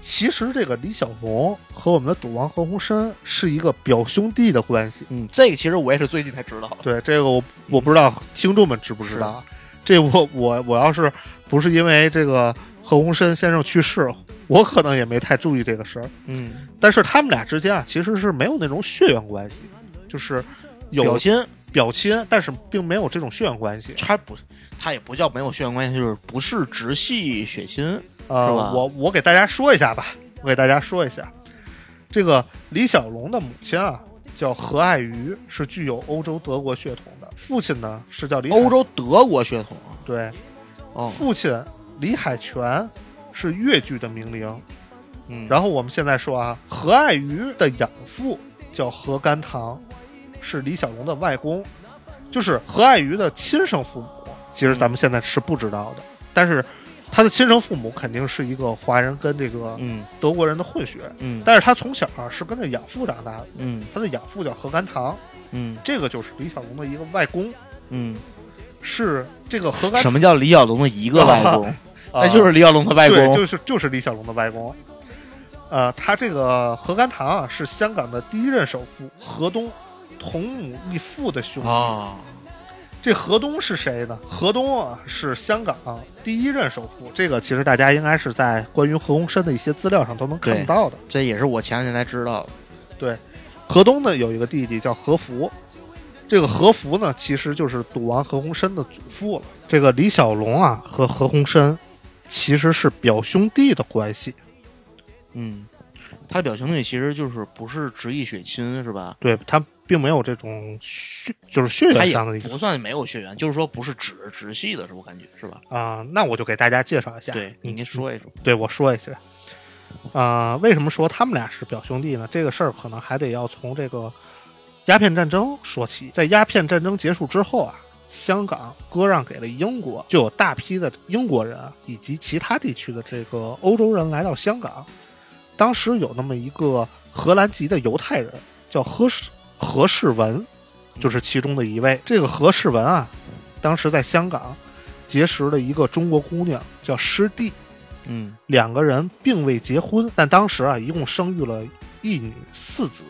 B: 其实这个李小龙和我们的赌王何鸿燊是一个表兄弟的关系。
A: 嗯，这个其实我也是最近才知道的。
B: 对，这个我我不知道听众们知不知道啊。这我我我要是不是因为这个何鸿燊先生去世，我可能也没太注意这个事儿。
A: 嗯，
B: 但是他们俩之间啊，其实是没有那种血缘关系，就是有
A: 表亲
B: 表亲，但是并没有这种血缘关系。
A: 他不，他也不叫没有血缘关系，就是不是直系血亲。
B: 呃，
A: 是吧
B: 我我给大家说一下吧，我给大家说一下，这个李小龙的母亲啊叫何爱瑜，是具有欧洲德国血统的，父亲呢是叫李海
A: 欧洲德国血统啊，
B: 对，
A: 哦，
B: 父亲李海泉是越剧的名伶。
A: 嗯，
B: 然后我们现在说啊，何爱瑜的养父叫何甘棠，是李小龙的外公，就是何爱瑜的亲生父母。其实咱们现在是不知道的，
A: 嗯
B: 但是他的亲生父母肯定是一个华人跟这个
A: 嗯
B: 德国人的混血。
A: 嗯
B: 但是他从小啊是跟着养父长大的，
A: 嗯
B: 他的养父叫何甘棠，
A: 嗯
B: 这个就是李小龙的一个外公，
A: 嗯，
B: 是这个何甘啊
A: 什么叫李小龙的一个外公？ *laughs* 那就是李小龙的外
B: 对，
A: 公。
B: 就是就是李小龙的外公。呃，他这个何甘棠啊，是香港的第一任首富何东，同母异父的兄弟。
A: 啊，
B: 这何东是谁呢？何东啊，是香港啊第一任首富。这个其实大家应该是在关于何鸿燊的一些资料上都能看
A: 对
B: 到的。
A: 这也是我前两天才知道的。
B: 何东呢有一个弟弟叫何福，这个何福呢其实就是赌王何鸿燊的祖父了。这个李小龙啊和何鸿燊其实是表兄弟的关系。
A: 嗯，他的表兄弟其实就是不是直系血亲是吧？
B: 对他并没有这种血，就是血
A: 他
B: 缘
A: 也
B: 上的一个
A: 不算没有血缘，就是说不是直直系的，是我感觉是吧？
B: 啊、那我就给大家介绍一下。
A: 对，你您说一说。
B: 对我说一下。啊、为什么说他们俩是表兄弟呢？这个事儿可能还得要从这个鸦片战争说起。在鸦片战争结束之后啊，香港割让给了英国，就有大批的英国人啊以及其他地区的这个欧洲人来到香港。当时有那么一个荷兰籍的犹太人叫何世何世文，就是其中的一位。这个何世文啊，当时在香港结识了一个中国姑娘叫师弟。
A: 嗯
B: 两个人并未结婚，但当时啊，一共生育了一女四子，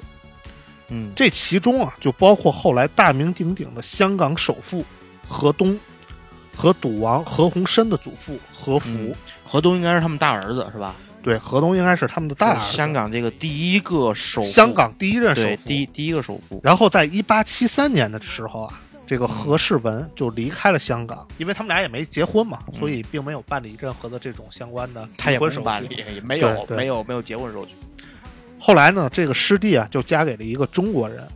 A: 嗯
B: 这其中啊，就包括后来大名鼎鼎的香港首富何东和赌王何鸿燊的祖父何福。
A: 嗯何东应该是他们大儿子是吧？
B: 对，河东应该是他们的大儿子，
A: 是香港这个第一个首富，
B: 香港第一任首
A: 对
B: 富。
A: 第一第一个首富，
B: 然后在一八七三年的时候啊，这个何世文就离开了香港，因为他们俩也没结婚嘛，所以并没有办理任何的这种相关的
A: 嗯他也
B: 离婚
A: 不
B: 手续。
A: 办理，也没
B: 对
A: 有
B: 对
A: 没有没有结婚手续，
B: 后来呢，这个师弟啊就嫁给了一个中国人，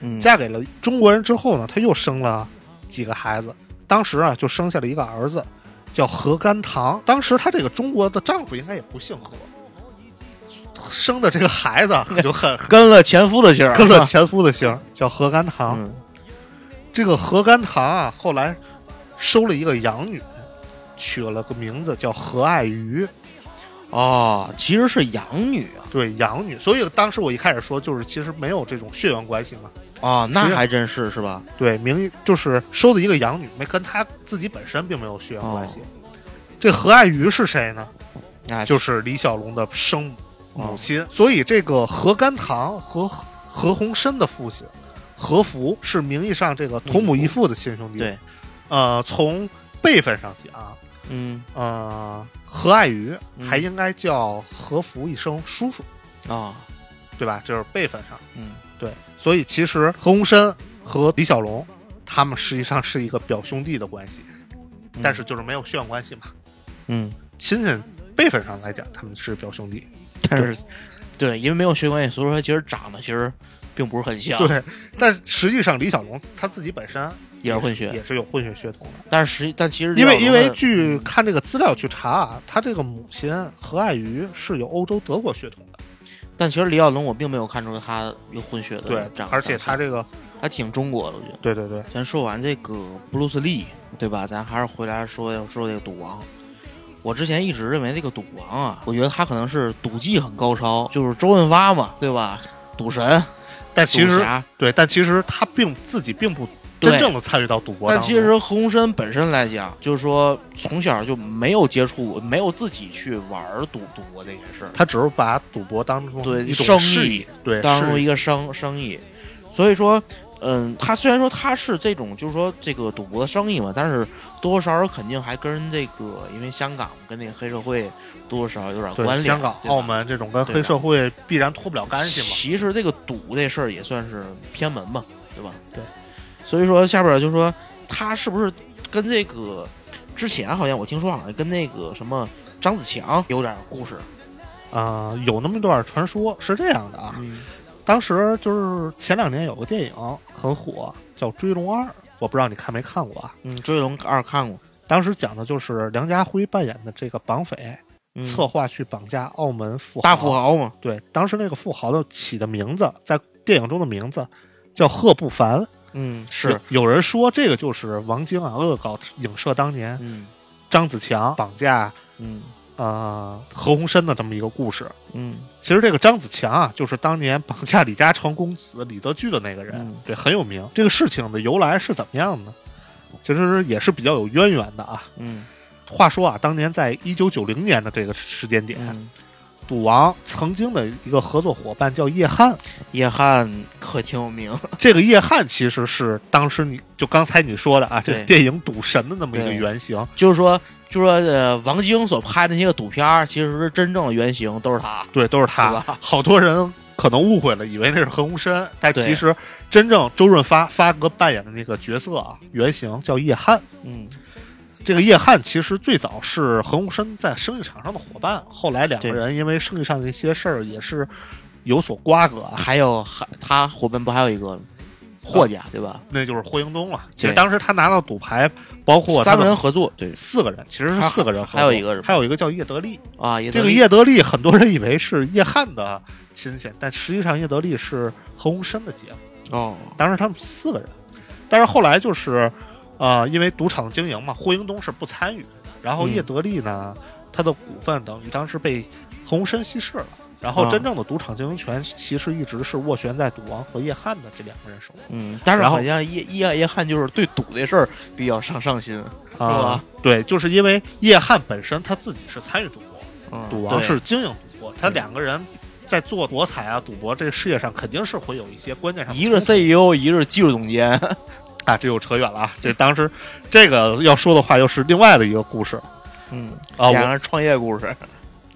A: 嗯，
B: 嫁给了中国人之后呢，她又生了几个孩子，当时啊就生下了一个儿子，叫何甘棠。当时她这个中国的丈夫应该也不姓何，生的这个孩子啊可就很 *laughs*
A: 跟了前夫的姓儿，
B: 跟了
A: 是吧
B: 前夫的姓儿，叫何甘棠。
A: 嗯，
B: 这个何甘棠啊，后来收了一个养女，取了个名字叫何爱瑜，
A: 哦，其实是养女啊，
B: 对，养女。所以当时我一开始说，就是其实没有这种血缘关系嘛。
A: 哦，那
B: 是
A: 还真是是吧？
B: 对，名就是收的一个养女，没跟她自己本身并没有血
A: 哦
B: 缘关系。这何爱瑜是谁呢？
A: 啊，
B: 就是李小龙的生母母
A: 哦
B: 亲。所以这个何甘棠和何鸿燊的父亲何福是名义上这个同母异父的亲兄弟。
A: 对，
B: 呃，从辈分上讲，
A: 嗯
B: 呃，何爱瑜
A: 嗯
B: 还应该叫何福一声叔叔，
A: 啊，
B: 对吧？这是辈分上。
A: 嗯，
B: 对，所以其实何鸿燊和李小龙他们实际上是一个表兄弟的关系，
A: 嗯
B: 但是就是没有血缘关系嘛，
A: 嗯，
B: 亲戚辈分上来讲他们是表兄弟。
A: 但是对，因为没有血缘关系，所以说他其实长得其实并不是很像，，
B: 对，但实际上李小龙他自己本身
A: 也是混血，
B: 也是有混血血统的，
A: 但是实际但其实
B: 因为
A: 李小
B: 因
A: 龙的嗯
B: 为据看这个资料去查啊，他这个母亲何爱瑜是有欧洲德国血统的，
A: 但其实李小龙我并没有看出他有混血的
B: 对
A: 长，，
B: 而且他
A: 这
B: 这个
A: 还挺中国的，我觉得。
B: 对对对，
A: 咱说完这个布鲁斯利，对吧？咱还是回来说说这个赌王。我之前一直认为这个赌王啊，我觉得他可能是赌技很高超，就是周润发嘛，对吧？赌神、
B: 但
A: 赌
B: 其实
A: 侠，
B: 对，但其实他并自己并不真
A: 对
B: 正的参与到赌博
A: 但
B: 当中，
A: 其实何鸿燊本身来讲，就是说从小就没有接触，没有自己去玩儿赌赌博这件事儿，
B: 他只是把赌博当中
A: 对
B: 一
A: 生
B: 种
A: 意
B: 事业，对
A: 当
B: 事
A: 做
B: 业
A: 一个生生意。所以说，嗯，他虽然说他是这种，就是说这个赌博的生意嘛，但是多多少少肯定还跟这个，因为香港跟那个黑社会多多少少有点
B: 对
A: 关联。
B: 香港、
A: 对吧
B: 澳门这种跟
A: 对
B: 黑
A: 吧
B: 社会必然脱不了干系嘛。
A: 其实这个赌这事儿也算是偏门嘛，对吧？
B: 对。
A: 所以说下边就说他是不是跟这个之前好像我听说好像跟那个什么张子强有点故事。
B: 啊、有那么一段传说是这样的啊，
A: 嗯
B: 当时就是前两年有个电影很火，叫《追龙二》，我不知道你看没看过啊。
A: 嗯，追龙二看过。
B: 当时讲的就是梁家辉扮演的这个绑匪，
A: 嗯、
B: 策划去绑架澳门富豪
A: 大富。豪嘛，
B: 对，当时那个富豪的起的名字，在电影中的名字叫贺不凡。
A: 嗯，是，
B: 有有人说这个就是王晶啊恶搞影射当年
A: 嗯
B: 张子强绑架
A: 嗯
B: 呃何鸿燊的这么一个故事。
A: 嗯
B: 其实这个张子强啊，就是当年绑架李嘉诚公子李泽钜的那个人，
A: 嗯
B: 对，很有名。这个事情的由来是怎么样呢？其实也是比较有渊源的啊。
A: 嗯
B: 话说啊，当年在一九九零年的这个时间点，
A: 嗯，
B: 赌王曾经的一个合作伙伴叫叶汉，
A: 叶汉可挺有名，
B: 这个叶汉其实是当时你就刚才你说的啊，这
A: 对
B: 个电影赌神的那么一个
A: 对
B: 原型。
A: 就是说，就是说，呃，王晶所拍的那些个赌片儿，其实是真正的原型都是他。
B: 对，都是
A: 对
B: 他
A: 吧。
B: 好多人可能误会了，以为那是何鸿燊，但
A: 对
B: 其实真正周润发发哥扮演的那个角色啊，原型叫叶汉。
A: 嗯，
B: 这个叶汉其实最早是何鸿燊在生意场上的伙伴，后来两个
A: 对
B: 人因为生意上的一些事儿也是有所瓜葛啊， *laughs*
A: 还有还他伙伴不还有一个霍家对吧？
B: 那就是霍英东了。其实
A: 对
B: 当时他拿到赌牌，包括他
A: 三
B: 的
A: 个人合作，对
B: 四个人，其实是
A: 还
B: 四个人合作，
A: 还有一个是吧
B: 还有一个叫叶德利。
A: 啊，也
B: 这个叶德利，很多人以为是叶汉的亲戚，但实际上叶德利是何鸿燊的姐夫。
A: 哦，
B: 当时他们四个人，但是后来就是，呃，因为赌场经营嘛，霍英东是不参与，然后
A: 嗯
B: 叶德利呢，他的股份等于当时被何鸿燊稀释了，然后
A: 啊
B: 真正的赌场经营权其实一直是斡旋在赌王和叶汉的这两个人手里
A: 嗯，但是
B: 然后
A: 好像叶叶叶汉就是对赌这事儿比较上上心，
B: 啊。对，就是因为叶汉本身他自己是参与赌博，
A: 嗯，
B: 赌王
A: 对
B: 是经营赌博，他两个人。在做博彩啊、赌博这个事业上，肯定是会有一些观念上的
A: 一个
B: 冲突
A: CEO，一个技术总监，
B: 啊，这又扯远了啊！这当时这个要说的话，又是另外的一个故事。
A: *laughs* 嗯，两
B: 啊，
A: 哦
B: 我
A: 个人创业故事，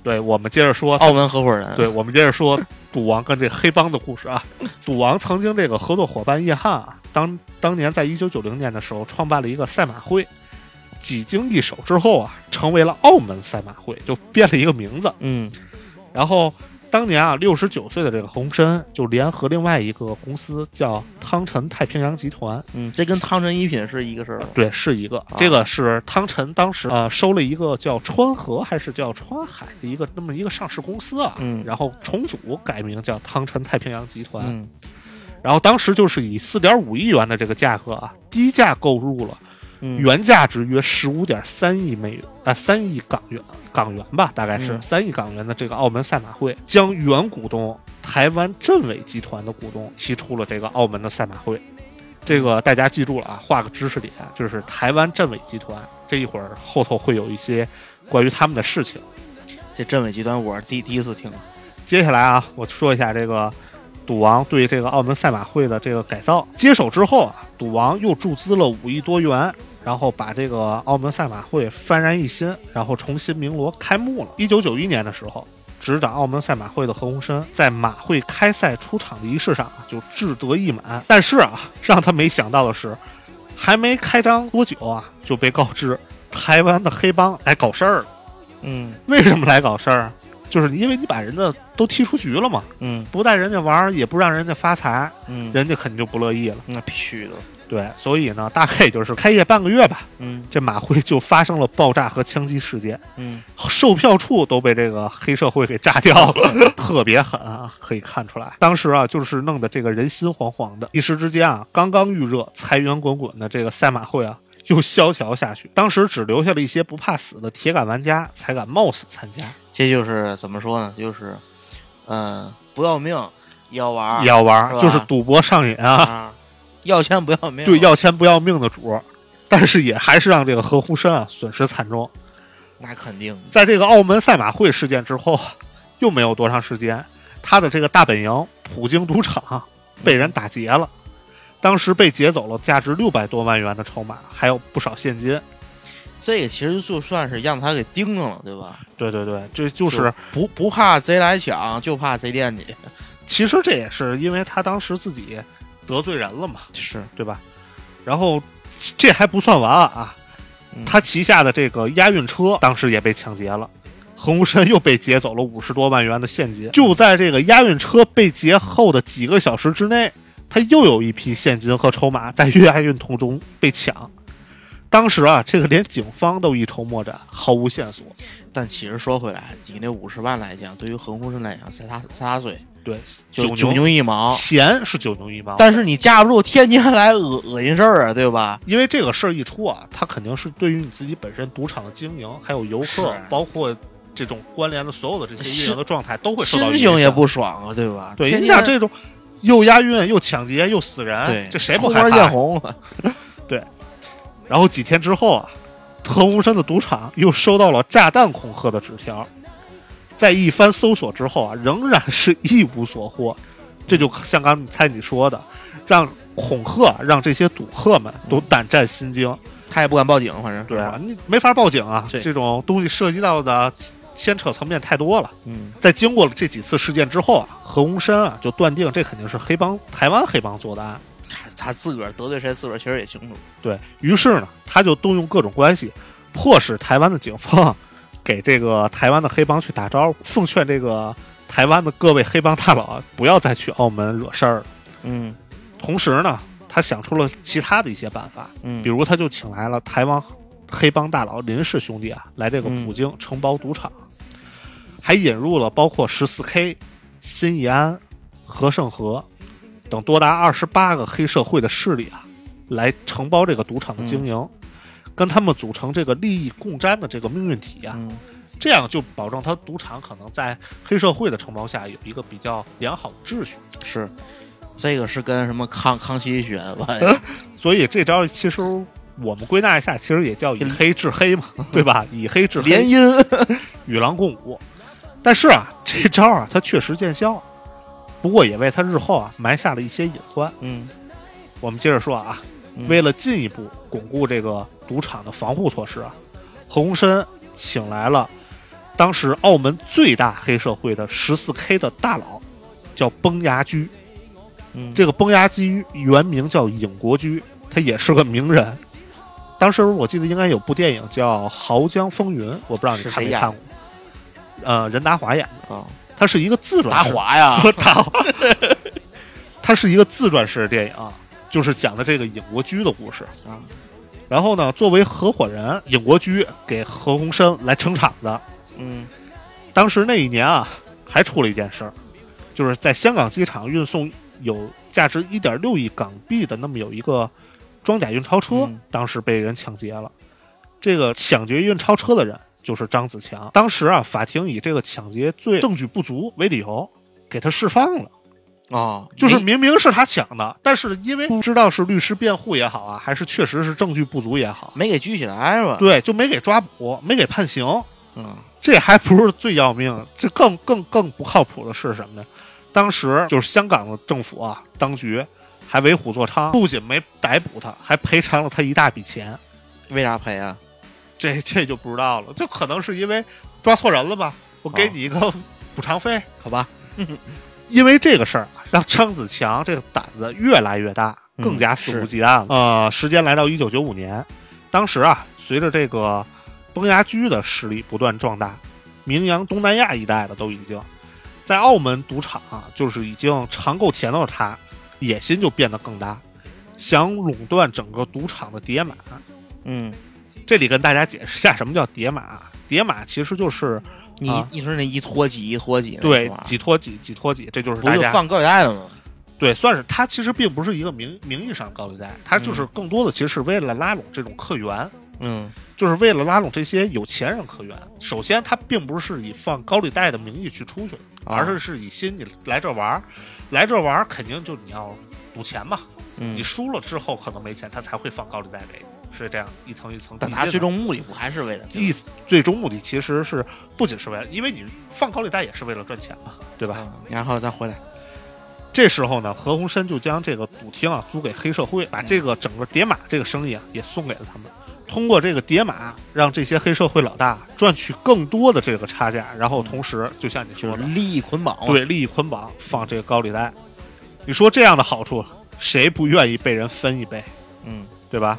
B: 对，我们接着说
A: 澳门合伙人，
B: 对，我们接着说赌王跟这黑帮的故事啊。赌王曾经这个合作伙伴叶汉啊，当当年在一九九零年的时候创办了一个赛马会，几经易手之后啊，成为了澳门赛马会，就变了一个名字。
A: 嗯
B: 然后当年啊，六十九岁的这个洪深就联合另外一个公司叫汤臣太平洋集团，
A: 嗯，这跟汤臣一品是一个事儿吗，
B: 对，是一个，这个是汤臣当时呃收了一个叫川河还是叫川海的一个那么一个上市公司啊，
A: 嗯
B: 然后重组改名叫汤臣太平洋集团，
A: 嗯
B: 然后当时就是以四点五亿元的这个价格啊，低价购入了
A: 嗯，
B: 原价值约十五点三亿美元啊，三、亿港元港元吧，大概是
A: 嗯
B: 三、3亿港元的这个澳门赛马会，将原股东台湾政委集团的股东踢出了这个澳门的赛马会。这个大家记住了啊，画个知识点，就是台湾政委集团。这一会儿后头会有一些关于他们的事情。
A: 这政委集团我是第第一次听，
B: 接下来啊，我说一下这个赌王对这个澳门赛马会的这个改造。接手之后啊，赌王又注资了五亿多元，然后把这个澳门赛马会幡然一新，然后重新鸣锣开幕了。一九九一年的时候。执掌澳门赛马会的何鸿燊，在马会开赛出场的仪式上啊，就志得意满。但是啊，让他没想到的是，还没开张多久啊，就被告知台湾的黑帮来搞事儿了。
A: 嗯
B: 为什么来搞事儿？啊 *laughs* 就是因为你把人家都踢出局了嘛，
A: 嗯
B: 不带人家玩儿，也不让人家发财，
A: 嗯，
B: 人家肯定就不乐意了。
A: 那必须的，
B: 对，所以呢，大概也就是开业半个月吧，
A: 嗯
B: 这马会就发生了爆炸和枪击事件，
A: 嗯
B: 售票处都被这个黑社会给炸掉了， *laughs* 特别狠啊，可以看出来。当时啊，就是弄得这个人心惶惶的，一时之间啊，刚刚预热、财源滚滚的这个赛马会啊。又萧条下去，当时只留下了一些不怕死的铁杆玩家，才敢冒死参加，
A: 这就是怎么说呢？就是，嗯，不要命也要玩儿，
B: 也要玩
A: 啊是
B: 儿，
A: 吧哎
B: 就是赌博上瘾啊。
A: 啊，要钱不要命，
B: 对要钱不要命的主儿，但是也还是让这个何鸿燊啊损失惨重。
A: 那肯定的，
B: 在这个澳门赛马会事件之后，啊又没有多长时间，他的这个大本营普京赌场啊被人打劫了，当时被劫走了价值六百多万元的筹码，还有不少现金。
A: 这个其实就算是让他给盯上了，对吧？
B: 对对对，这就是
A: 不不怕贼来抢，就怕贼惦记。
B: 其实这也是因为他当时自己得罪人了嘛，
A: 是，
B: 对吧？然后这还不算完啊，
A: 嗯
B: 他旗下的这个押运车当时也被抢劫了，何鸿燊又被劫走了五十多万元的现金。就在这个押运车被劫后的几个小时之内，他又有一批现金和筹码在押运途中被抢。当时啊，这个连警方都一筹莫展，毫无线索。
A: 但其实说回来，你那五十万来讲，对于何鸿燊来讲，三他三他岁，
B: 对，
A: 就
B: 九
A: 九
B: 牛
A: 牛一毛。
B: 钱是九牛一毛，
A: 但是你架不住天天来恶恶心事儿啊，对吧？
B: 因为这个事儿一出啊，它肯定是对于你自己本身赌场的经营，还有游客
A: 是，
B: 包括这种关联的所有的这些运营的状态都会受到
A: 心
B: 影
A: 情
B: 响。
A: 也不爽啊，对吧？
B: 对，
A: 天
B: 你
A: 天
B: 想这种又押运又抢劫又死人，
A: 对，
B: 这谁不
A: 出
B: 害
A: 门
B: 怕
A: 见
B: 呀？
A: 红了？
B: 然后几天之后啊，何鸿燊的赌场又收到了炸弹恐吓的纸条，在一番搜索之后啊，仍然是一无所获。这就像刚才你说的，让恐吓让这些赌客们都胆战心惊。
A: 他也不敢报警，反正
B: 对啊，，你没法报警啊，
A: 对
B: 这种东西涉及到的牵扯层面太多了。
A: 嗯
B: 在经过了这几次事件之后啊，何鸿燊啊就断定这肯定是黑帮台湾黑帮做的案。
A: 他他自个儿得罪谁，自个儿其实也清楚。
B: 对于是呢，他就动用各种关系，迫使台湾的警方 *laughs* 给这个台湾的黑帮去打招呼，奉劝这个台湾的各位黑帮大佬啊不要再去澳门惹事儿了。
A: 嗯
B: 同时呢，他想出了其他的一些办法，
A: 嗯，
B: 比如他就请来了台湾黑帮大佬林氏兄弟啊，来这个
A: 嗯
B: 普京承包赌场，还引入了包括十四 K、新义安、和盛和等多达二十八个黑社会的势力啊，来承包这个赌场的经
A: 嗯
B: 营。跟他们组成这个利益共占的这个命运体啊，
A: 嗯
B: 这样就保证他赌场可能在黑社会的承包下有一个比较良好的秩序。
A: 是，这个是跟什么康康熙学的吧？ *laughs*
B: 所以这招其实我们归纳一下，其实也叫
A: 嗯
B: 以黑制黑嘛，对吧？以黑制黑，
A: 联姻，
B: 与狼共舞。但是啊，这招啊，他确实见效，不过也为他日后啊埋下了一些隐患。
A: *laughs* 嗯
B: 我们接着说啊，
A: 嗯
B: 为了进一步巩固这个赌场的防护措施啊，何鸿燊请来了当时澳门最大黑社会的十四 K 的大佬叫崩牙驹，
A: 嗯，
B: 这个崩牙驹原名叫尹国驹，他也是个名人。当时我记得应该有部电影叫《濠江风云》，我不知道你
A: 是
B: 看
A: 谁
B: 没
A: 演
B: 看过。呃，任达华演的，
A: 啊，
B: 他是一个自传
C: 打
B: 式 *laughs*
C: 滑
A: *laughs*
C: 呀，
B: 我操！它是一个自传式的电影啊，就是讲的这个尹国驹的故事
A: 啊。
B: 然后呢，作为合伙人，尹国驹给何鸿燊来撑场子。
A: 嗯
B: 当时那一年啊，还出了一件事儿，就是在香港机场运送有价值一点六亿港币的那么有一个装甲运钞车，
A: 嗯
B: 当时被人抢劫了。这个抢劫运钞车的人就是张子强。当时啊，法庭以这个抢劫罪证据不足为理由，给他释放了。
A: 哦，
B: 就是
A: 没
B: 明明是他抢的，但是因为不知道是律师辩护也好啊，还是确实是证据不足也好，
A: 没给拘起来是吧？
B: 对，就没给抓捕，没给判刑。
A: 嗯
B: 这还不是最要命的，这更更更不靠谱的是什么呢？当时就是香港的政府啊，当局还为虎作伥，不仅没逮捕他，还赔偿了他一大笔钱。
A: 为啥赔啊？
B: 这这就不知道了，就可能是因为抓错人了吧？我给
A: 哦
B: 你一个补偿费，
A: 好吧，
B: 因为这个事儿啊，让张子强这个胆子越来越大，
A: 嗯
B: 更加肆无忌惮了。呃，时间来到一九九五年，当时啊，随着这个崩牙驹的势力不断壮大，名扬东南亚一带了，都已经在澳门赌场啊、就是已经尝够甜头的他，野心就变得更大，想垄断整个赌场的叠码。
A: 嗯，
B: 这里跟大家解释一下什么叫叠码啊，叠码其实就是
A: 你
B: 啊
A: 你说那一拖几一拖几那
B: 对
A: 是吧
B: 几拖几几拖几，这就是
A: 不
B: 大
A: 就
B: 家
A: 放高利贷了吗？
B: 对，算是它其实并不是一个名名义上的高利贷，它就是更多的其实是为了拉拢这种客源，
A: 嗯
B: 就是为了拉拢这些有钱人客源。首先，它并不是以放高利贷的名义去出去的，
A: 啊
B: 而是是以心你来这玩儿，来这玩儿肯定就你要赌钱嘛，
A: 嗯
B: 你，输了之后可能没钱，他才会放高利贷给你，是这样一层一层递
A: 但
B: 进的。
A: 他最终目的不还是为了这个
B: 一最终目的其实是不仅是为了，因为你放高利贷也是为了赚钱嘛，对吧？
A: 嗯然后咱回来，
B: 这时候呢，何鸿燊就将这个赌厅啊租给黑社会，把这个整个叠码这个生意啊也送给了他们。通过这个叠码，让这些黑社会老大赚取更多的这个差价，然后同时就像你
A: 就
B: 说
A: 是
B: 的，
A: 利益捆绑，，
B: 对利益捆绑，放这个高利贷。你说这样的好处，谁不愿意被人分一杯，
A: 嗯
B: 对吧？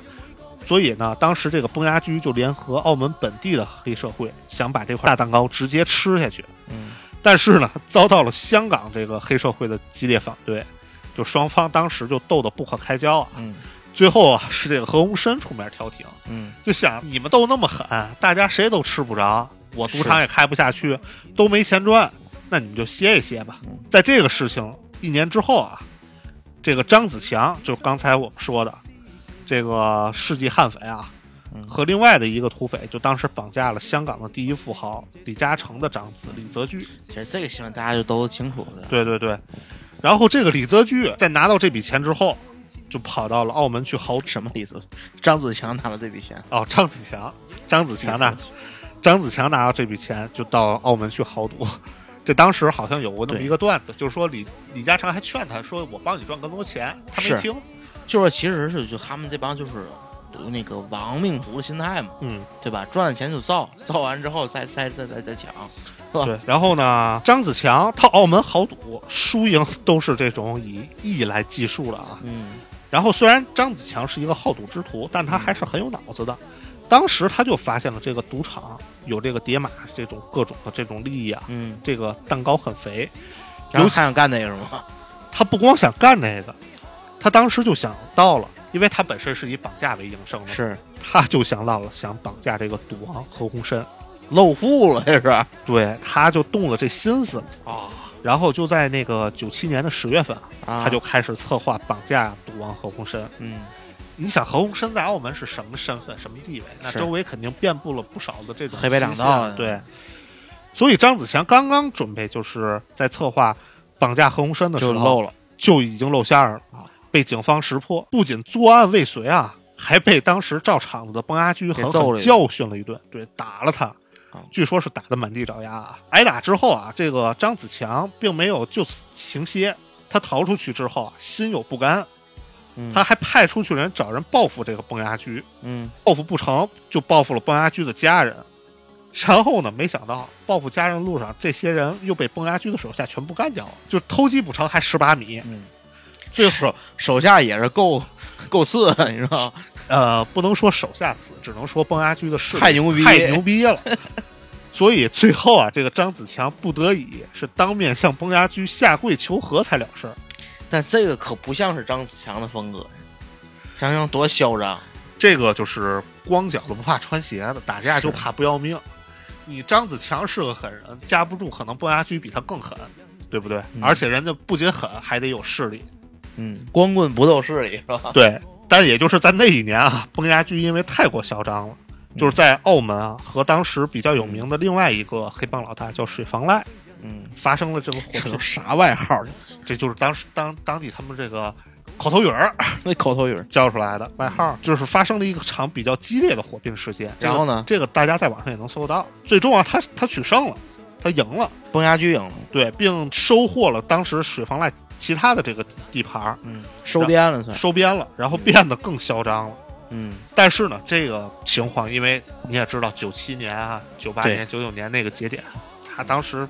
B: 所以呢，当时这个崩牙驹就联合澳门本地的黑社会，想把这块大蛋糕直接吃下去。
A: 嗯
B: 但是呢，遭到了香港这个黑社会的激烈反对，就双方当时就斗得不可开交啊。
A: 嗯
B: 最后啊，是这个何鸿燊出面调停，
A: 嗯，
B: 就想你们斗那么狠，大家谁都吃不着，我赌场也开不下去，都没钱赚，那你们就歇一歇吧
A: 嗯。
B: 在这个事情一年之后啊，这个张子强，就刚才我们说的这个世纪悍匪啊
A: 嗯，
B: 和另外的一个土匪，就当时绑架了香港的第一富豪李嘉诚的长子李泽钜。
A: 其实这个新闻大家就都清楚了，
B: 对对对，然后这个李泽钜在拿到这笔钱之后，就跑到了澳门去豪赌。
A: 什么意思？张子强拿了这笔钱，
B: 哦，张子强，张子强呢？张子强拿到这笔钱就到澳门去豪赌。 *laughs* 这当时好像有过那么
A: 对
B: 一个段子，就是说李李嘉诚还劝他说：“我帮你赚更多钱。”他没
A: 是
B: 听。
A: 就是其实是就他们这帮就是有那个亡命徒的心态嘛，
B: 嗯，
A: 对吧？赚了钱就造，造完之后再再再再再抢，
B: 嗯对。然后呢，张子强到澳门豪赌，输赢都是这种以亿来计数的啊。
A: 嗯
B: 然后虽然张子强是一个好赌之徒，但他还是很有脑子的。当时他就发现了这个赌场有这个叠码这种各种的这种利益啊，
A: 嗯，
B: 这个蛋糕很肥。
A: 然后
B: 尤其
A: 还想干那个是吗？
B: 他不光想干这个，他当时就想到了，因为他本身是以绑架为营生的，
A: 是
B: 他就想到了想绑架这个赌王何鸿燊。
A: 露富了，这是
B: 对，他就动了这心思，
A: 啊
B: 然后就在那个九七年的十月份啊，
A: 啊，
B: 他就开始策划绑架赌王何鸿燊。
A: 嗯
B: 你想何鸿燊在澳门是什么身份、什么地位？那
A: 是
B: 周围肯定遍布了不少的这种
A: 黑白两道啊
B: 西线对，所以张子强刚刚准备就是在策划绑架何鸿燊的时
A: 就
B: 候，
A: 露了，
B: 就已经露馅儿了，被警方识破，不仅作案未遂啊，还被当时照场子的崩牙驹狠
A: 给揍
B: 狠
A: 了一顿
B: 教训了一顿，对，打了他
A: 啊。
B: 据说是打得满地找牙啊！挨打之后啊，这个张子强并没有就此停歇，他逃出去之后啊，心有不甘，
A: 嗯
B: 他还派出去人找人报复这个崩牙驹，
A: 嗯
B: 报复不成就报复了崩牙驹的家人。然后呢，没想到报复家人路上，这些人又被崩牙驹的手下全部干掉了，就偷鸡不成还蚀把米。
A: 嗯，这手手下也是够够次，你知道吗？
B: 呃，不能说手下死，只能说崩牙驹的势力
A: 太牛逼
B: 太牛逼了。所以最后啊，这个张子强不得已是当面向崩牙驹下跪求和才了事儿。
A: 但这个可不像是张子强的风格，张子强多嚣张，
B: 这个就是光脚的不怕穿鞋的，打架就怕不要命。你张子强是个狠人，架不住可能崩牙驹比他更狠，对不对？
A: 嗯
B: 而且人家不仅狠，还得有势力。
A: 嗯，光棍不斗势力是吧？
B: 对，但也就是在那一年啊，崩牙驹因为太过嚣张了，就是在澳门啊和当时比较有名的另外一个黑帮老大叫水房赖
A: 嗯，
B: 发生了这个火
A: *laughs* 这
B: 拼
A: 都，啥外号呢？
B: 这就是当时当当地他们这个口头语儿
A: 那口头语儿，
B: 叫出
A: 嗯
B: 来的外号，就是发生了一个场比较激烈的火拼事件。这个
A: 然后呢
B: 这个大家在网上也能搜得到。最终啊，他他取胜了，他赢了，
A: 崩牙驹赢了，
B: 对，并收获了当时水房赖其他的这个地盘儿，
A: 嗯，收编了算，
B: 收编了，然后变得更嚣张了。
A: 嗯，
B: 但是呢，这个情况，因为你也知道，九七年啊、九八
A: 对
B: 年、九九年那个节点，他当时，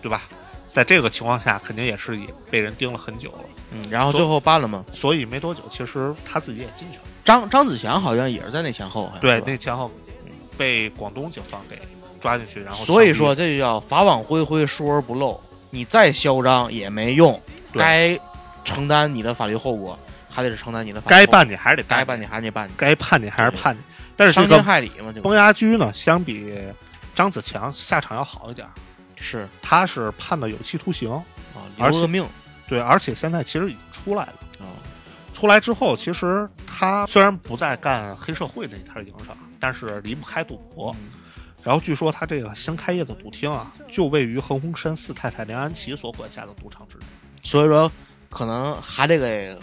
B: 对吧？在这个情况下，肯定也是也被人盯了很久了，
A: 嗯，然后最后办了吗？
B: 所以没多久，其实他自己也进去了。
A: 张张子强好像也是在那前后，好像
B: 对
A: 是，吧
B: 那前后被广东警方给抓进去，然后
A: 所以
B: 枪毙
A: 说，这就叫法网恢恢，疏而不漏。你再嚣张也没用，
B: 对
A: 该承担你的法律后果，还得是承担你的法律
B: 该
A: 后果。
B: 办你还是得
A: 该
B: 办
A: 办你还是得办你，
B: 该判你还是判你。但是这
A: 伤天
B: 个
A: 害理嘛，对吧
B: 崩？牙驹呢，相比张子强下场要好一点儿，
A: 是
B: 他是判的有期徒刑，
A: 啊，
B: 而哦
A: 留
B: 且
A: 个命
B: 对，而且现在其实已经出来了。
A: 啊，
B: 出来之后，其实他虽然不再干黑社会那一摊营生，但是离不开赌博。然后据说他这个新开业的赌厅啊，就位于何鸿燊四太太梁安琪所管辖的赌场之内。
A: 所以说可能还得给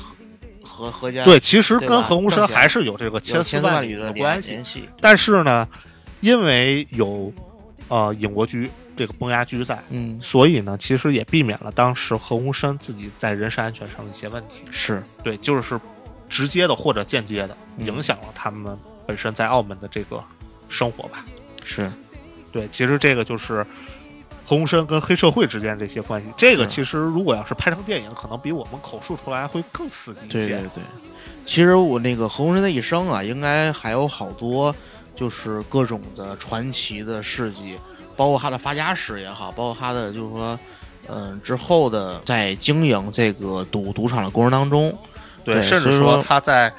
A: 何何家
B: 对，其实
A: 对
B: 跟
A: 吧
B: 何鸿燊
A: 挣钱
B: 还是有这个
A: 有
B: 千丝
A: 千
B: 万
A: 缕
B: 缕
A: 的
B: 的
A: 联
B: 关系
A: 联。系。
B: 但是呢，因为有呃尹国驹这个崩牙驹在，
A: 嗯，
B: 所以呢，其实也避免了当时何鸿燊自己在人身安全上的一些问题。
A: 是
B: 对，就是直接的或者间接的
A: 嗯
B: 影响了他们本身在澳门的这个生活吧。
A: 是，
B: 对，其实这个就是何鸿燊跟黑社会之间这些关系。这个
A: 是
B: 其实如果要是拍成电影，可能比我们口述出来会更刺激一
A: 对对
B: 些。
A: 对。其实我那个何鸿燊的一生啊，应该还有好多就是各种的传奇的事迹，包括他的发家史也好，包括他的就是说，嗯、之后的在经营这个赌赌场的过程当中，对
B: 甚
A: 所
B: 至
A: 以说
B: 说他在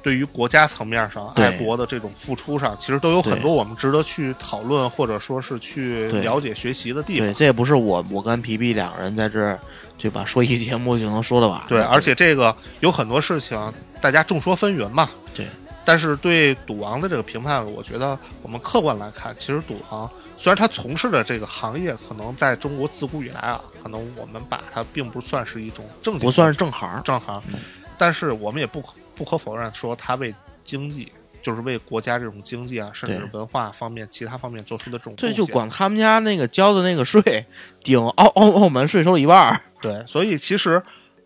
B: 对于国家层面上、
A: 对
B: 爱国的这种付出上，其实都有很
A: 对
B: 多我们值得去讨论或者说是去
A: 对
B: 了解学习的地
A: 对，
B: 方。
A: 这也不是我我跟皮皮两个人在这儿对吧，说一节目就能说得完的，
B: 对，而且这个有很多事情大家众说纷纭嘛。
A: 对，
B: 但是对赌王的这个评判，我觉得我们客观来看，其实赌王虽然他从事的这个行业可能在中国自古以来啊，可能我们把它并不算是一种正经，
A: 不算是正行儿，
B: 正行，但是我们也不可不可否认说他为经济。就是为国家这种经济啊，甚至
A: 对
B: 文化方面、其他方面做出的这种贡
A: 这
B: 献，
A: 就光他们家那个交的那个税，顶澳澳澳门税收了一半儿。
B: 对，所以其实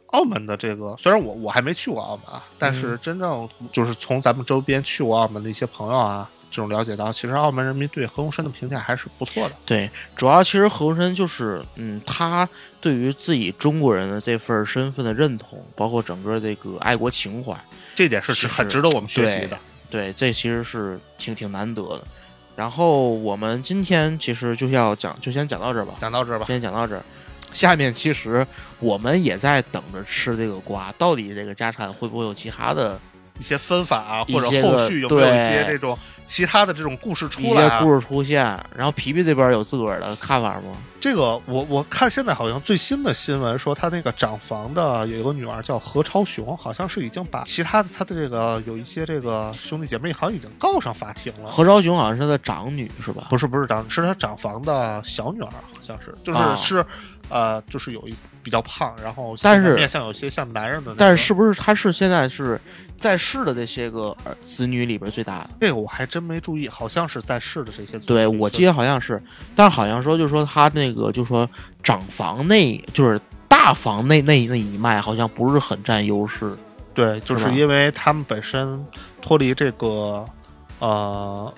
B: 澳门的这个，虽然我我还没去过澳门啊，但是真正就是从咱们周边去过澳门的一些朋友啊，这种了解到，其实澳门人民对何鸿燊的评价还是不错的。
A: 对，主要其实何鸿燊就是，嗯，他对于自己中国人的这份儿身份的认同，包括整个这个爱国情怀，
B: 这点是
A: 其实
B: 很值得我们学习的。
A: 对，这其实是挺挺难得的。然后我们今天其实就要讲，就先讲到这儿吧，
B: 讲到这儿吧，
A: 先讲到这儿。下面其实我们也在等着吃这个瓜，到底这个家产会不会有其他的
B: 一些分法啊，
A: 一
B: 或者
A: 些
B: 后
A: 个
B: 续有没有一
A: 对
B: 些这种其他的这种故事
A: 一
B: 出来、
A: 些
B: 啊？
A: 故事出现？然后皮皮这边有自个儿的看法吗？
B: 这个我我看现在好像最新的新闻说，他那个长房的有一个女儿叫何超雄，好像是已经把其他的他的这个有一些这个兄弟姐妹好像已经告上法庭了。
A: 何超雄好像是他的长女是吧？
B: 不是不是长，是他长房的小女儿，好像是，就是、
A: 哦
B: 是，呃，就是有一比较胖，然后
A: 但是
B: 面相有些像男人的、那
A: 但
B: 个
A: 是是不是他是现在是在世的这些个儿子女里边最大的？
B: 这个我还真没注意，好像是在世的这些。
A: 对我记
B: 得，
A: 得好像是，但是好像说就说他那个就说长房那就是大房那那那一脉好像不是很占优势。
B: 对，就是是
A: 吧
B: 因为他们本身脱离这个呃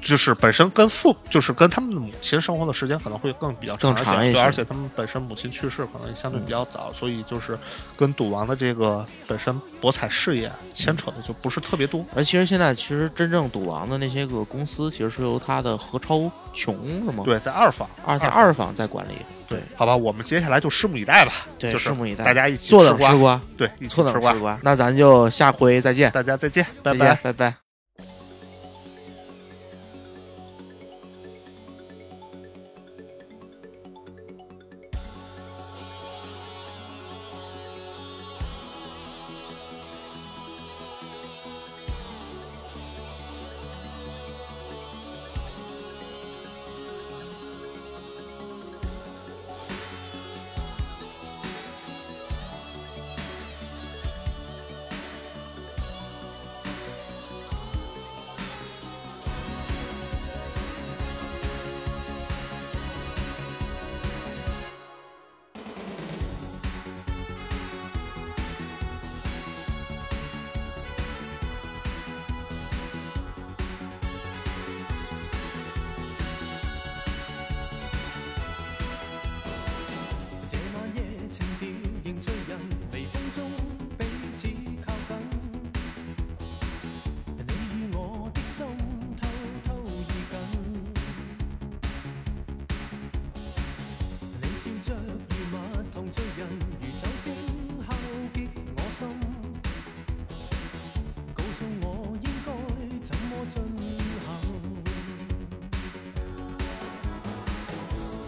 B: 就是本身跟父，就是跟他们的母亲生活的时间可能会更比较长，
A: 更长
B: 而且
A: 一
B: 对
A: 些
B: 而且他们本身母亲去世可能相对比较早，所以就是跟赌王的这个本身博彩事业牵扯的就不是特别多。
A: 而其实现在其实真正赌王的那些个公司，其实是由他的何超琼是吗？，
B: 对，在二房，
A: 二在
B: 二
A: 二房在管理，
B: 对，好吧，我们接下来就拭目以待吧，
A: 对，
B: 就是
A: 拭目以待。
B: 大家一起
A: 坐等
B: 吃瓜，
A: 瓜，
B: 对，一起
A: 坐等
B: 吃瓜，
A: 瓜。那咱就下回再见，
B: 大家再见，拜
A: 再
B: 拜
A: 见。，拜拜。
D: 这晚夜情調仍醉人，微風中彼此靠近。你與我的心偷偷意緊，你笑着如蜜糖醉人，如酒精敲擊我心。告訴我應該怎麼進行。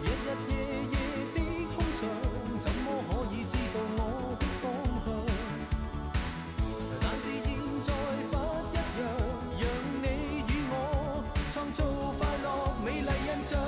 D: 日日夜夜的空想，怎麼可以知道我的方向？但是現在不一樣，讓你與我創造快樂美麗印象。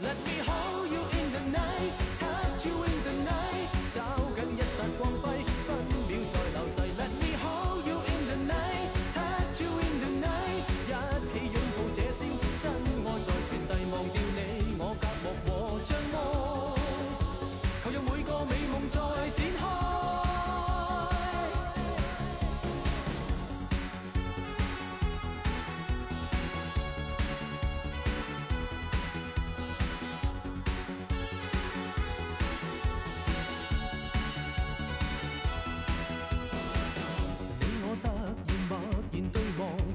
D: Let me hold you in the night, touch you in the night，找緊一剎光輝，分秒在流逝。Let me hold you in the night, touch you in the night，一起擁抱這宵，真愛在傳遞，忘掉你我隔膜和障礙，求讓每個美夢再展開。你我突然默然對望，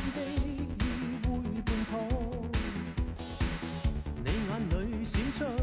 D: 的意會半妥。你眼裏閃出